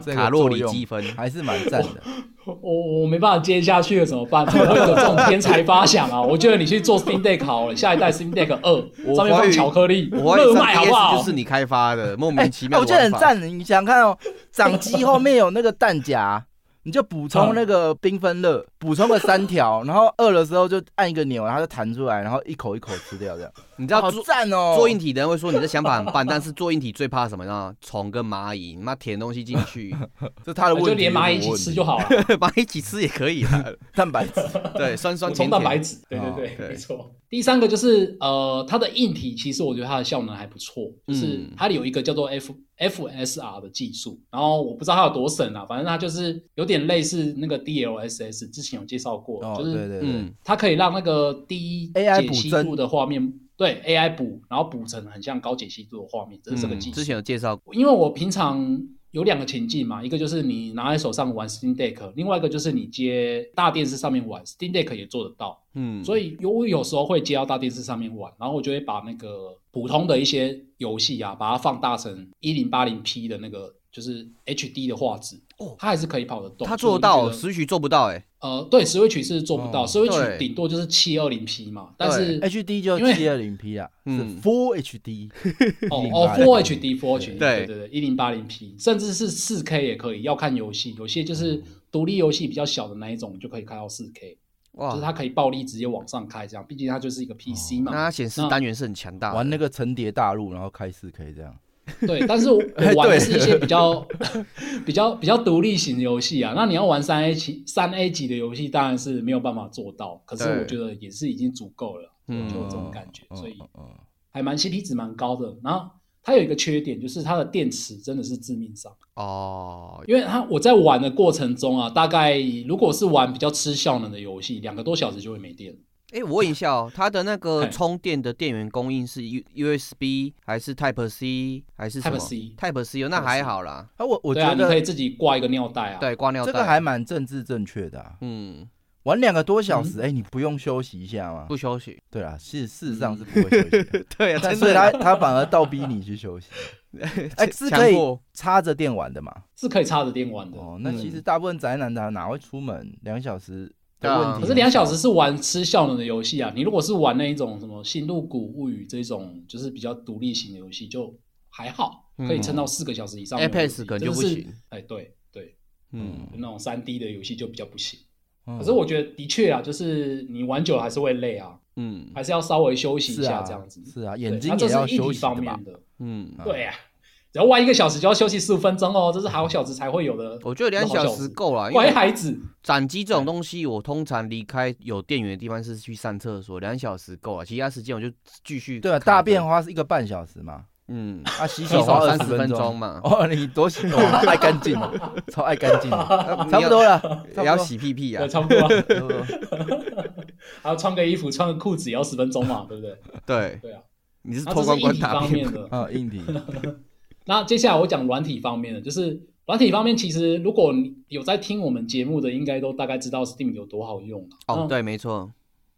这个
卡路
作
里
用哦
积分。
还是蛮赞的。
我我没办法接下去了，怎么办？怎么会有这种天才发想啊？我觉得你去做 Steam Deck 好了，下一代 Steam Deck 二
我
上面
怀
放
疑
巧克力，
我怀疑
热卖好不
3DS
好
就是？你开 发的，莫
哎
名其妙。
我觉得很。赞的。你想想看哦，掌机后面有那个弹夹，你就补充那个缤纷乐，补充个三 条，然后饿的时候就按一个钮，然后它就弹出来，然后一口一口吃掉，这样
你知道
好
做
赞哦！
做硬体的人会说你的想法很棒， 但是做硬体最怕什么呢？虫跟蚂蚁，你妈舔东西进 去，
这是他的问
我
题，
就连蚂蚁一起吃就好了，
蚂蚁一起吃也可以 啊。
蛋白质。
对，酸酸
补
甜
充蛋白
甜。
质。对对对，
哦对
没错。第三个就是呃，它的硬体其实我觉得它的效能还不错，就是
嗯
它有一个叫做 F FSR 的技术，然后我不知道它有多神啊，反正它就是有点类似那个 DLSS，之前有介绍过，
哦，
就
对
是
对对，
嗯，
它可以让那个低
AI
解析
补帧
度的画面。对 AI 补，然后补成很像高解析度的画面，这是这个
嗯
技术。
之前有介绍过。
因为我平常有两个情境嘛，一个就是你拿在手上玩 Steam Deck，另外一个就是你接大电视上面玩 Steam Deck 也做得到。
嗯，
所以有我有时候会接到大电视上面玩，然后我就会把那个普通的一些游戏啊，把它放大成一零八零 P 的那个就是 HD 的画质，
哦
它还是可以跑得动。
他
所
做得
以
到，
我就觉得
实许做不到。哎，
呃，对，Switch 是做不到、
哦
s w i t c
对
h 顶多就是七二零 P 嘛，但是
HD 就
因为
七二零 P 啊，是
嗯
Full HD，
哦
1080
哦，Full HD Full HD，对
对
对对，一零八零 P，甚至是四 K 也可以，要看游戏，有些就是独立游戏比较小的那一种，就可以开到四 K，
哇
就是它可以暴力直接往上开这样，毕竟它就是一个 PC
哦
嘛。
那它显示单元是很强大的。
玩那个层叠大陆，然后开四 K 这样。
对，但是我
哎
我玩
对
的是一些比较 比较比较独立型的游戏啊，那你要玩三 A 级三 A 级的游戏，当然是没有办法做到，可是
对
我觉得也是已经足够了，就
嗯
有这种感觉，
嗯
所以
嗯嗯
还蛮 CP 值蛮高的。然后它有一个缺点，就是它的电池真的是致命伤。
哦，
因为它我在玩的过程中啊，大概如果是玩比较吃效能的游戏，两个多小时就会没电了。
哎，我问一下哦，它的那个
哎
充电的电源供应是 U USB 还是 Type C 还是什么
Type C
Type C 哦，那
Type C
还好啦。
啊，我我
对啊，你
觉
可以
得
自己挂一个尿袋啊。
对，挂尿
这
袋
个还蛮政治正确的啊。
嗯，
玩两个多小时，哎、你不用休息一下吗？
不 休息。
对啊，事事实上是不会休息的，
对啊
但所以他 他反而倒逼你去休 息。哎、是可以插着电玩的嘛？
是可以插着电玩的。
哦，那
嗯
其实大部分宅男哪哪会出门两小时
对啊
的问题？
可是两小时是玩吃效能的游戏啊，你如果是玩那一种什么《新入谷物语》这种就是比较独立型的游戏，就还好，
嗯
可以撑到四个小时以上没有问
Apex
题。
可能就不
真的是
行。
哎，对对，
嗯，
那种三 D 的游戏就比较不行。
嗯，
可是我觉得的确啊，就是你玩久了还是会累啊，
嗯
还是要稍微休息
是
一
啊
下这样子。
是啊，
对
眼睛
它这
也
是
要
一体
休息
方
的吧
面？的。
嗯，
啊
对呀、只要玩一个小时就要休息十五分钟哦，这是好小时才会有的。
我觉得两小时够啊了，因
乖
为
孩子，
斩机这种东西，我通常离开有电源的地方是去上厕所，两小时够了，其他时间我就继续。
啊哦对啊，大便。花是一个半小时嘛，
嗯，
啊，洗
洗
手
手
花二
三
十
十分钟
钟。
嘛，
哦，你多洗，哇爱干净哦，超爱干净的，
你
差不多了，差
也
不
要
多
洗屁屁啊
对，，差不多啊。
差不 多
还有穿个衣服、穿个裤子也要十分钟嘛，对不对？
对
对啊，
你是
那
脱
这
光
是硬
光
体
打
方
屁
面
股，
的。
啊，硬体，
那接下来我讲软体方面的，就是软体方面，其实如果你有在听我们节目的，应该都大概知道 Steam 有多好用了、啊
哦，
那
对，没错，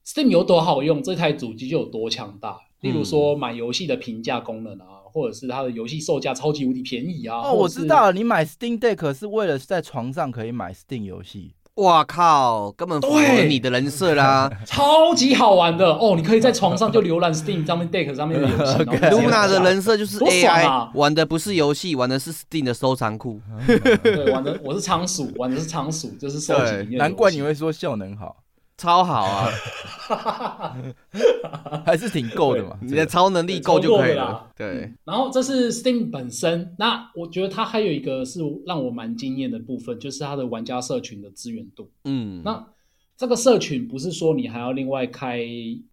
，Steam 有多好用，这台主机就有多强大。例如
嗯
说买游戏的评价功能啊，或者是它的游戏售价超级无敌便宜啊。
哦，
或
我
者是
知道了，你买 Steam Deck 是为了在床上可以买 Steam 游戏，
哇靠，根本符合
对
你的人设啦
超级好玩的哦！你可以在床上就浏览 Steam 上面 Deck 上面的游戏 然后 就直接
，Luna
玩
的人设就是
多爽啊
AI，玩的不是游戏，玩的是 Steam 的收藏库，
对玩的我是仓鼠，玩的是仓鼠，就是收集里面的游戏。
难怪 你会说效能好，
超好啊，
还是挺够的嘛。
你
这
的
个
超能力够就可以
对超够的
了
啦，
对，
然后这是 Steam 本身，那我觉得它还有一个是让我蛮惊艳的部分，就是它的玩家社群的资源度。
嗯，
那这个社群不是说你还要另外开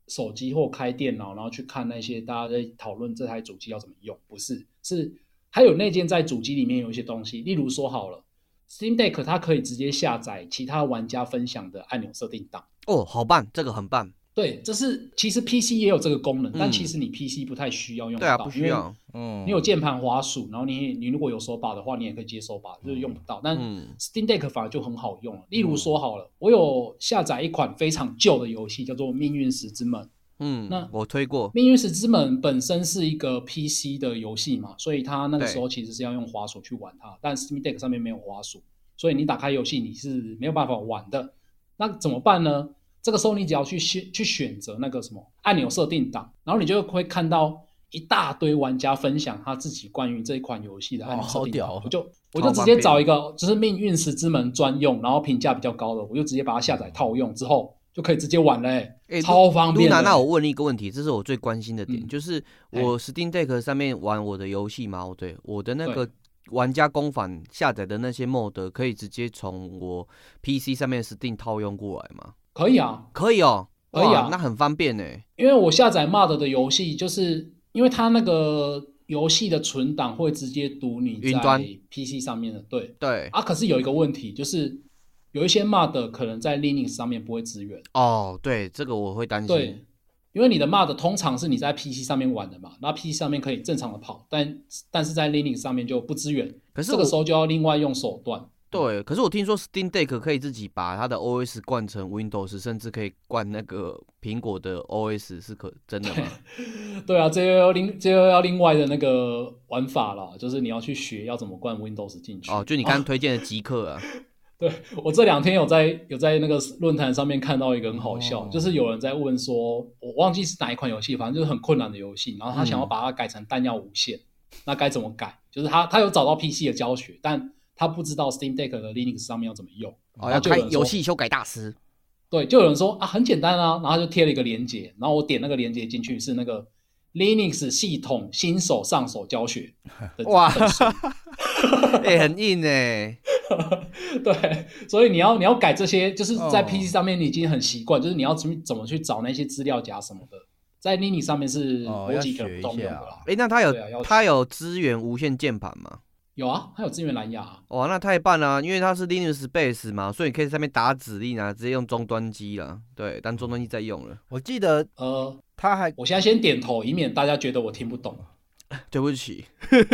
手机或开电脑，然后去看那些大家在讨论这台主机要怎么用，不是，是它有内建在主机里面有一些东西，例如说好了，Steam Deck 它可以直接下载其他玩家分享的按钮设定档。
哦，好棒，这个很棒，
对，这是其实 PC 也有这个功能，但
嗯
其实你 PC 不太需要用
对
到，
啊，不
因
需
为
要，
嗯
你有键盘、滑鼠，然后你你如果有手把的话，你也可以接手把，就是用不到。但
嗯
Steam Deck 反而就很好用了。例如说好了，我有下载一款非常旧的游戏，叫做《命运石之门》。
嗯
那，
我推过，
《命运石之门》本身是一个 PC 的游戏嘛，所以它那个时候其实是要用滑鼠去玩它，但 Steam Deck 上面没有滑鼠，所以你打开游戏你是没有办法玩的。那怎么办呢？这个时候你只要去选去选择那个什么按钮设定档，然后你就会看到一大堆玩家分享他自己关于这一款游戏的按钮设定档。
哦好屌哦
我就我就直接找一个就是《命运石之门》专用，然后评价比较高的，我就直接把它下载套用之后就可以直接玩了、欸，
哎
超方便的、
Luna，那我问你一个问题，这是我最关心的点，
嗯
就是我 Steam Deck 上面玩我的游戏嘛，哦对，我的那个玩家公版下载的那些 mod 可以直接从我 PC 上面 Steam 套用过来吗？
可以啊，
可以哦，
可以啊
哇那很方便呢。
因为我下载 MOD 的游戏，就是因为它那个游戏的存档会直接读你
云端
在 PC 上面的，对
对，
啊。可是有一个问题，就是有一些 MOD 可能在 Linux 上面不会支援，
哦，对，这个我会担心
对。，因为你的 MOD 通常是你在 PC 上面玩的嘛，那 PC 上面可以正常的跑，但但是在 Linux 上面就不支援，
可是
这个
我
时候就要另外用手段。
对，可是我听说 Steam Deck 可以自己把它的 OS 灌成 Windows，甚至可以灌那个苹果的 OS，是可真的 吗？
对啊，这又要另这又要另外的那个玩法了，就是你要去学要怎么灌 Windows 进去。
哦，就你刚刚推荐的极客啊，
对 我这两天有在有在那个论坛上面看到一个很好笑，
哦
就是有人在问说，我忘记是哪一款游戏，反正就是很困难的游戏，然后他
嗯
想要把它改成弹药无限，那该怎么改？就是他他有找到 PC 的教学，但他不知道 Steam Deck 的 Linux 上面要怎么用。
哦，
然
要
后就有
开
人说
游戏修改大师。
对，就有人说啊，很简单啊，然后他就贴了一个链接，然后我点那个链接进去是那个 Linux 系统新手上手教学的
哇
本书
哎、很硬哎、
对，所以你要你要改这些，就是在
嗯哦
PC 上面你已经很习惯，就是你要怎么怎么去找那些资料夹什么的，在 Linux 上面是
哦
逻辑可
要
能
学
不
一
动用的
下啊
啦。
哎、那它有
对啊要
它有支援无线键盘吗？
有啊，它有支援蓝牙、啊，
哇，那太棒了、因为它是 Linux base 嘛，所以你可以在上面打指令啊，直接用终端机啦。对，当终端机在用了。
我记得
呃，
他还，
我现在先点头，以免大家觉得我听不懂。
对不起，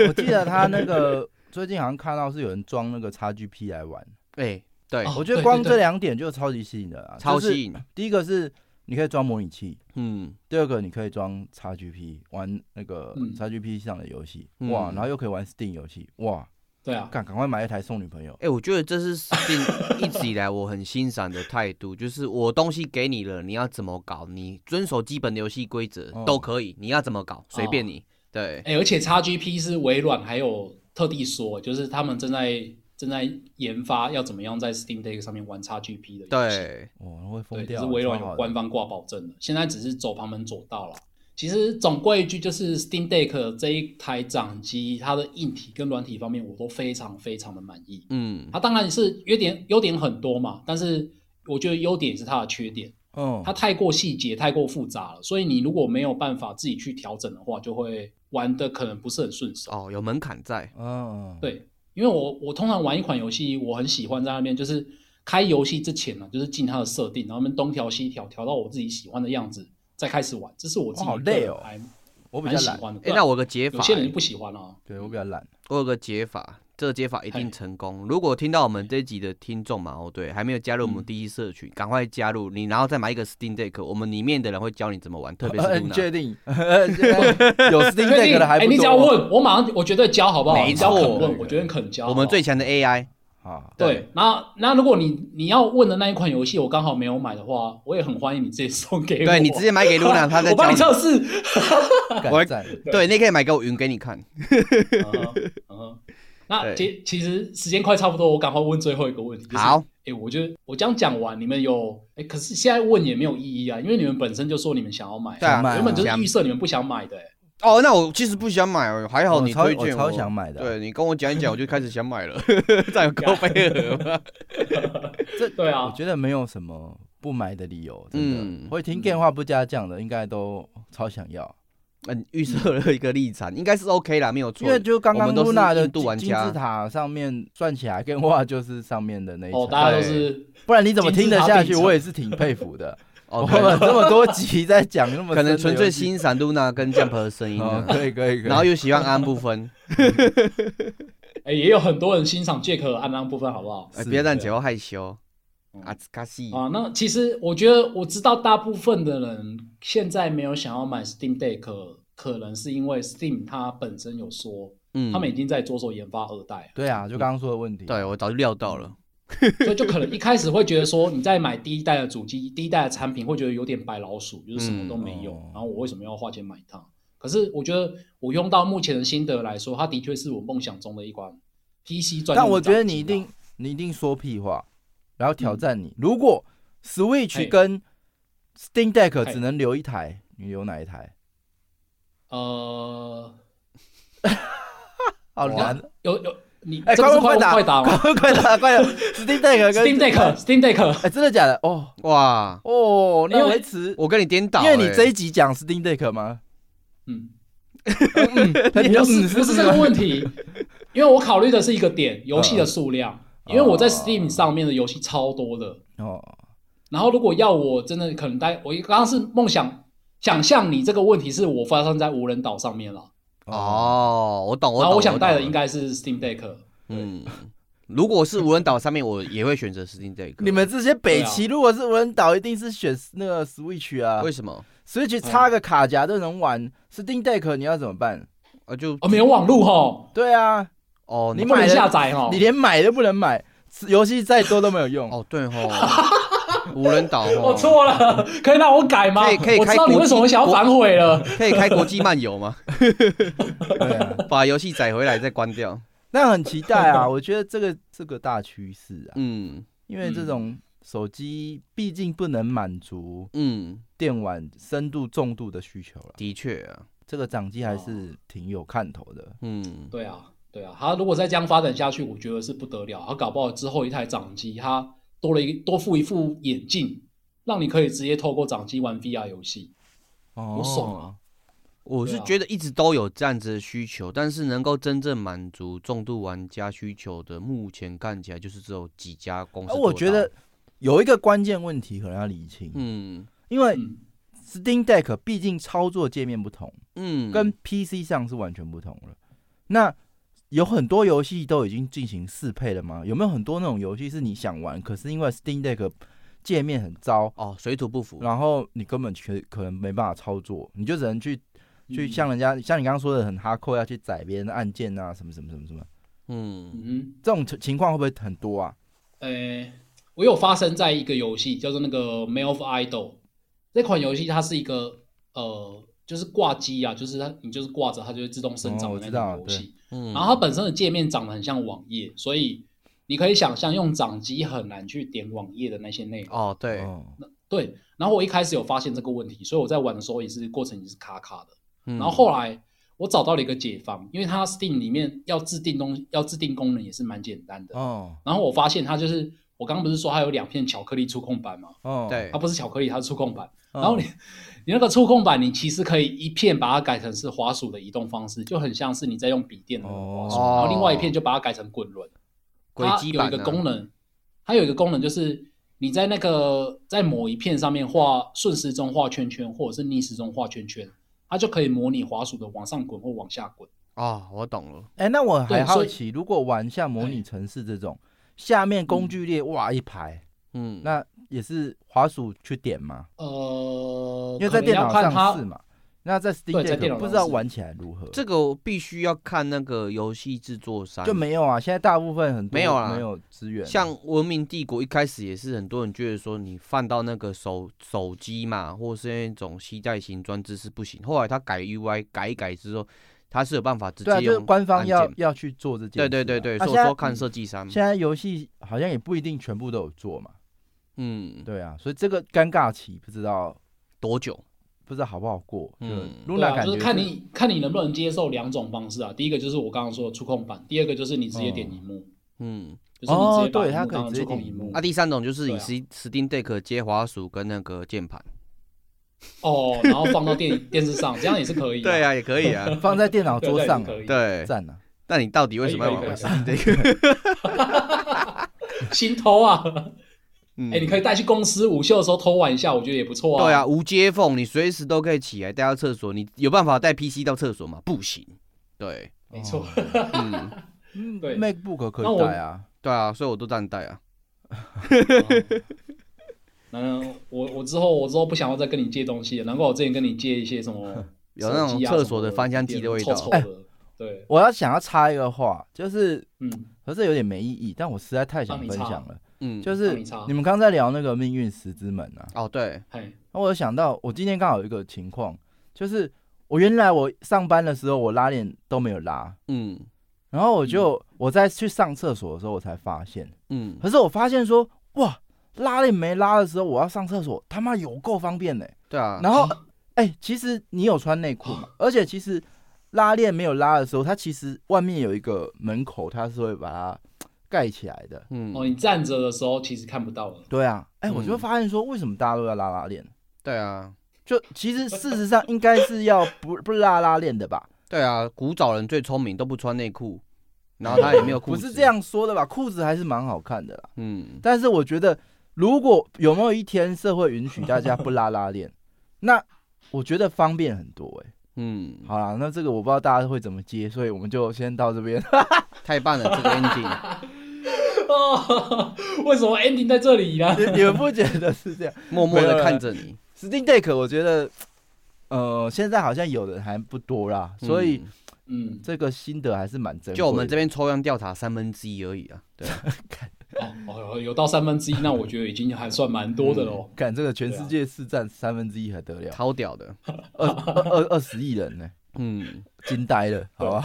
我记得他那个 最近好像看到是有人装那个 XGP 来玩，
哎、对，
哦
我觉得
对
光
对
这两点就超级吸引人啊，
超
就是
吸引。
第一个是你可以装模拟器，
嗯，
第二个你可以装 XGP 玩那个
嗯
XGP 上的游戏，
嗯
哇，然后又可以玩 Steam 游戏，哇，
对啊，
赶赶快买一台送女朋友
哎、。我觉得这是 Steam 一直以来我很欣赏的态度，就是我东西给你了，你要怎么搞，你遵守基本的游戏规则
哦
都可以，你要怎么搞随便
哦
你。对，
哎、而且 XGP 是微软还有特地说，就是他们正在正在研发要怎么样在 Steam Deck 上面玩 XGP 的游戏。
对，
哇，会
对，
疯
这
掉啊！
是微软
超好
有
的
官方挂保证的，现在只是走旁门左道了。其实总归一句，就是 Steam Deck 这一台掌机，它的硬体跟软体方面，我都非常非常的满意。
嗯，
它当然是优点优点很多嘛，但是我觉得优点也是它的缺点，
嗯，
它太过细节、太过复杂了，所以你如果没有办法自己去调整的话，就会玩的可能不是很顺手。
哦，有门槛在，
嗯，
对，因为我我通常玩一款游戏，我很喜欢在那边就是开游戏之前呢、就是进它的设定，然后那边东调西调，调到我自己喜欢的样子，再开始玩。这是我自己
哇好累哦
个人还
我比较
蛮喜
懒，
欢的。
哎、那我有个解
有
法、
些人就不喜欢啊。
对我比较懒，
我有个解法，这个解法一定
嘿
成功。如果听到我们这一集的听众嘛，哦对，还没有加入我们
嗯
第一社群，赶快加入你，然后再买一个 Steam Deck，我们里面的人会教你怎么玩，特别 是
呃
Luna
你 确定有 Steam
确
Deck
定？
的还
哎，
不
你只要
多
问我，马上我绝对教，好不好？
哦没
你只要肯
错
问，我绝对肯教。
我们最
好
强的 AI，
啊，
不好对。那那如果你你要问的那一款游戏，我刚好没有买的话，我也很欢迎你直接送给我。
对你直接买给 Luna，他再
我
教
帮你
你。
测试。
我
敢赞
对，你可以买给我云给你看。
嗯哼嗯哼那其其实时间快差不多，我赶快问最后一个问题。就是
好，
哎、我觉得我这样讲完，你们有哎、可是现在问也没有意义啊，因为你们本身就说你们想要买，
对啊
想买
原本就是
想
预设你们不想买的、哎
哦，那我其实不想买哦，还好
我
你
超
推荐
我超想买的啊
对你跟我讲一讲，我就开始 想买了，再有高飞了吗。
对
我
啊，
觉得没有什么不买的理由，真
嗯
的。会听电话不加酱的，应该都超想要，
嗯，预设了一个立场，应该是 OK 啦，没有错。
因为就刚
我
刚
们都是
Luna 的
印度玩
金金
家
字塔上面算起来，跟 话就是上面的那一
哦，
层，
大家都是
不然你怎么听得下去？
金字塔顶层
我也是挺佩 服的。
哦
我，
对
们这么多集在讲那么
可
深的游
能
戏，
纯粹欣赏 Luna 跟 Jump 的声 音
哦
啊，
可以可以可以。
然后又喜欢安不分。
哎、也有很多人欣赏 Jack 和安安部分，好不好？
哎，
是哦
别让姐夫害羞
嗯。
啊，卡西，
啊，那其实我觉得我知道大部分的人现在没有想要买 Steam Deck，可能是因为 Steam 它本身有说
嗯
他们已经在着手研发二代了。
对啊，就刚刚说的问题。
对我早就料到了，
所以就可能一开始会觉得说，你在买第一代的主机、第一代的产品，会觉得有点白老鼠，就是什么都没有，
嗯哦
然后我为什么要花钱买它？可是我觉得我用到目前的心得来说，它的确是我梦想中的一款 PC 专用掌机啊。
但我觉得你一定你一定说屁话，然后挑战你。
嗯
如果 Switch
嘿
跟 Steam Deck
嘿
只能留一台，你留哪一台？
呃，
好
哇
难。
有有你
哎，
哦这个是
快
快
问打，
快打
快
吗
问快打，快打！Steam Deck 跟
？Steam Deck，Steam Deck，
哎，真的假的？哦
哇，
哦，
因
那
为
维持，
我跟你颠倒
因为
欸，
哎
你这一集讲 Steam Deck 吗？
嗯，
那 你
不
就是
不是这个问题，因为我考虑的是一个点，游戏的数量，因为我在
嗯哦
Steam 上面的游戏超多的。
哦，
然后如果要我真的可能待，我刚刚是梦想想象你这个问题是我发生在无人岛上面了，
哦，我懂，我
然
懂。
后我想
懂
带的应，该是 Steam Deck。
嗯，如果是无人岛上面，我也会选择 Steam 这个。
你们这些北
对
齐，如果是无人岛，一定是选那个 Switch 啊
为什么？
，Switch 插个卡夹都能玩，Steam Deck 你要怎么办？
啊，就
哦，没有网路哈，
对啊，
哦，
你
不
买
能
了
下载哈
你。连买都不能买，游戏再多都没有用。
哦，对吼，无人岛吼，
我哦错了，可以让我改吗？
嗯可以可以
我知道
开
你
国
为什么想要反悔了。
可以开国 际漫游吗？
对啊，
把游戏载回来再关掉。
那很期待啊！ 我觉得这个这个大趋势啊，
嗯
因为这种手机毕竟不能满足
嗯，
电玩深度重度的需求了，
的确啊，
这个掌机还是挺有看头的。
嗯，
对啊，对啊，他如果再这样发展下去，我觉得是不得了。他搞不好之后一台掌机，他多了一多附一副眼镜，让你可以直接透过掌机玩 VR 游戏。
哦
多爽啊！
我是
对啊
觉得一直都有这样子的需求，但是能够真正满足重度玩家需求的，目前看起来就是只有几家公司
啊
而
做
哦
到。
哎我觉得有一个关键问题可能要理清，
嗯
因为
嗯，
Steam Deck 毕竟操作界面不同，
嗯，
跟 PC 上是完全不同了。那有很多游戏都已经进行适配了吗？有没有很多那种游戏是你想玩，可是因为 Steam Deck 界面很糟，
哦水土不服。
然后你根本可可能没办法操作，你就只能去去
嗯
像人家、像你刚刚说的很哈扣，要去载别人的按键啊，什么什么什么什么，
嗯
嗯
这种情情况会不会很多啊？
哼，诶，呃我有发生在一个游戏叫做那个《Mail of Idol》这款游戏，它是一个呃，就是挂机啊，就是它你就是挂着，它就会自动生
哦
长
我
的
知
那
道
种游戏。
嗯，
然后它本身的界面长得很像网页，所以你可以想象用掌机很难去点网页的那些内容。
哦对，
哦，
对，然后我一开始有发现这个问题，所以我在玩的时候也是过程也是卡卡的。
嗯
然
然后后来我找到了一个解方，因为它 Steam 里面要制定东要制定功能也是蛮简单的。
哦，
然后我发现它就是我刚刚不是说它有两片巧克力触控板吗？啊
哦，
对
它，不是巧克力，它是触控板。
嗯，
然后你你那个触控板，你其实可以一片把它改成是滑鼠的移动方式，就很像是你在用笔电的那种滑鼠，
哦
然后另外一片就把它改成滚轮。
轨
它
迹
有
版
一个
啊
功能，它有一个功能就是你在那个在某一片上面画顺时钟画圈圈，或者是逆时钟画圈圈，它就可以模拟滑鼠的往上滚或往下滚。
哦，我懂了，
哎，那我
对
还好
所以
奇，如果玩像模拟城市这种，下面
嗯
工具列哇一排，
嗯，
那也是滑鼠去点吗？
呃，
因为在电脑
可能要看
上
它
是嘛。那在 Steam
对在电
Deck
脑
不知
上
道
是
玩起来如何，
这个我必须要看那个游戏制作商，
就没有啊。现在大部分很多
没有啦
没有资源，
像《文明帝国》一开始也是很多人觉得说你放到那个手手机嘛，或是那种携带型装置是不行。后来他改 UI 改一改之后，他是有办法直接
对啊，
用
就是官方要
按键
要去做这件事
对
啊。
对对对，
啊
所以
现在
我说看设计商，
现在游戏好像也不一定全部都有做嘛，
嗯，
对啊，所以这个尴尬期不知道
多久？
不知道好不好过。嗯
嗯
对
，Luna
啊，
感
就
觉
是看你看你能不能接受两种方式啊。第一个就是我刚刚说的触控板，第二个就是你直接点荧幕，
嗯，
就是你直
哦
接把
对
荧
它
幕
可以
当成
直接
触控
点
荧
荧
幕
幕
啊，第三种就是
对
以
啊
Steam Steam Deck 接滑鼠跟那个键盘。
哦，然后放到电电视上，这样也是可以的。
对啊，也可以啊。
放在电脑
对，
桌上啊
这样，也是可以。
对，
赞啊！
那你到底为什么要
哎可以可
玩
以
Steam Deck？
心偷啊！
嗯
哎，你可以带去公司午休的时候偷玩一下，我觉得也不错啊。
对啊，，无接缝，你随时都可以起来带到厕所。你有办法带 PC 到厕所吗？不行。对，
没错。
嗯，
嗯
对
，MacBook 可
那
以
我
带啊，
对啊，所以我都这样带啊。
嗯，我我之后我之后不想要再跟你借东西了，难怪我之前跟你借一些什 么
有那
手
种
机啊
厕所的翻箱机的味道
什么的臭臭的。对，
我要想要插一个话，就是
嗯，
可是有点没意义，但我实在太想分享了。
嗯，
就是是
让你插
你们刚在聊那个命运石之门啊，
哦，对，
嘿，
那我有想到，我今天刚好有一个情况，就是我原来我上班的时候我拉链都没有拉，
嗯
然后我就我在去上厕所的时候我才发现，
嗯，
可是我发现说哇，拉链没拉的时候我要上厕所，他妈有够方便的、
对啊，
然后，哎、其实你有穿内裤嘛？而且其实拉链没有拉的时候，它其实外面有一个门口，它是会把它盖起来的。
哦，
嗯，
你站着的时候其实看不到了。
对啊，哎、我就会
嗯
发现说，为什么大家都要拉拉链？
对啊，
就其实事实上应该是要不不拉拉链的吧？
对啊，古早人最聪明，都不穿内 裤，然后他也没有裤
不
子，
是这，样说的吧？裤子还是蛮好看的啦。
嗯，
但是我觉得，如果有没有一天社会允许大家不拉拉链， 那我觉得方便很多哎、
嗯，好，
好啦，那这个我不知道大家会怎么接，所以我们就先到这 边。
太棒了，这 个 ending
哦，为什么 ending 在这里呢？
你你们不觉得是这样
默默的看着你，
？Steam Deck 我觉得，呃，现在好像有人还不多啦，所以
嗯
嗯，
这个心得还是蛮珍贵的。
就我们这边抽样调查三分之一而已啊，对，
哦哦，有到三分之一，那我觉得已经还算蛮多的
嗯
喽。
干这个全
啊
世界市占三分之一还得了，
超屌的，
二二二二十亿人呢、
嗯，
惊呆了，好吧？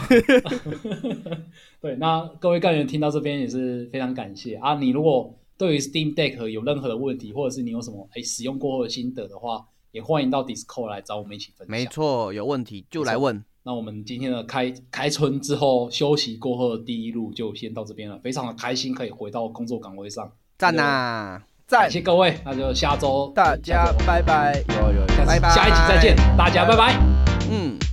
对，那各位干员听到这边也是非常感谢啊！你如果对于 Steam Deck 有任何的问题，或者是你有什么哎使用过后的心得的话，也欢迎到 Discord 来找我们一起分享。
没，错，有问题就来问，
那我们今天的开开春之后休息过后的第一路就先到这边了，非常的开心可以回到工作岗位上，
赞呐，
赞
感，谢各位，那就下周
大家
下周
拜拜，有有有
下次
拜拜
下一集再见，大家拜拜。
嗯。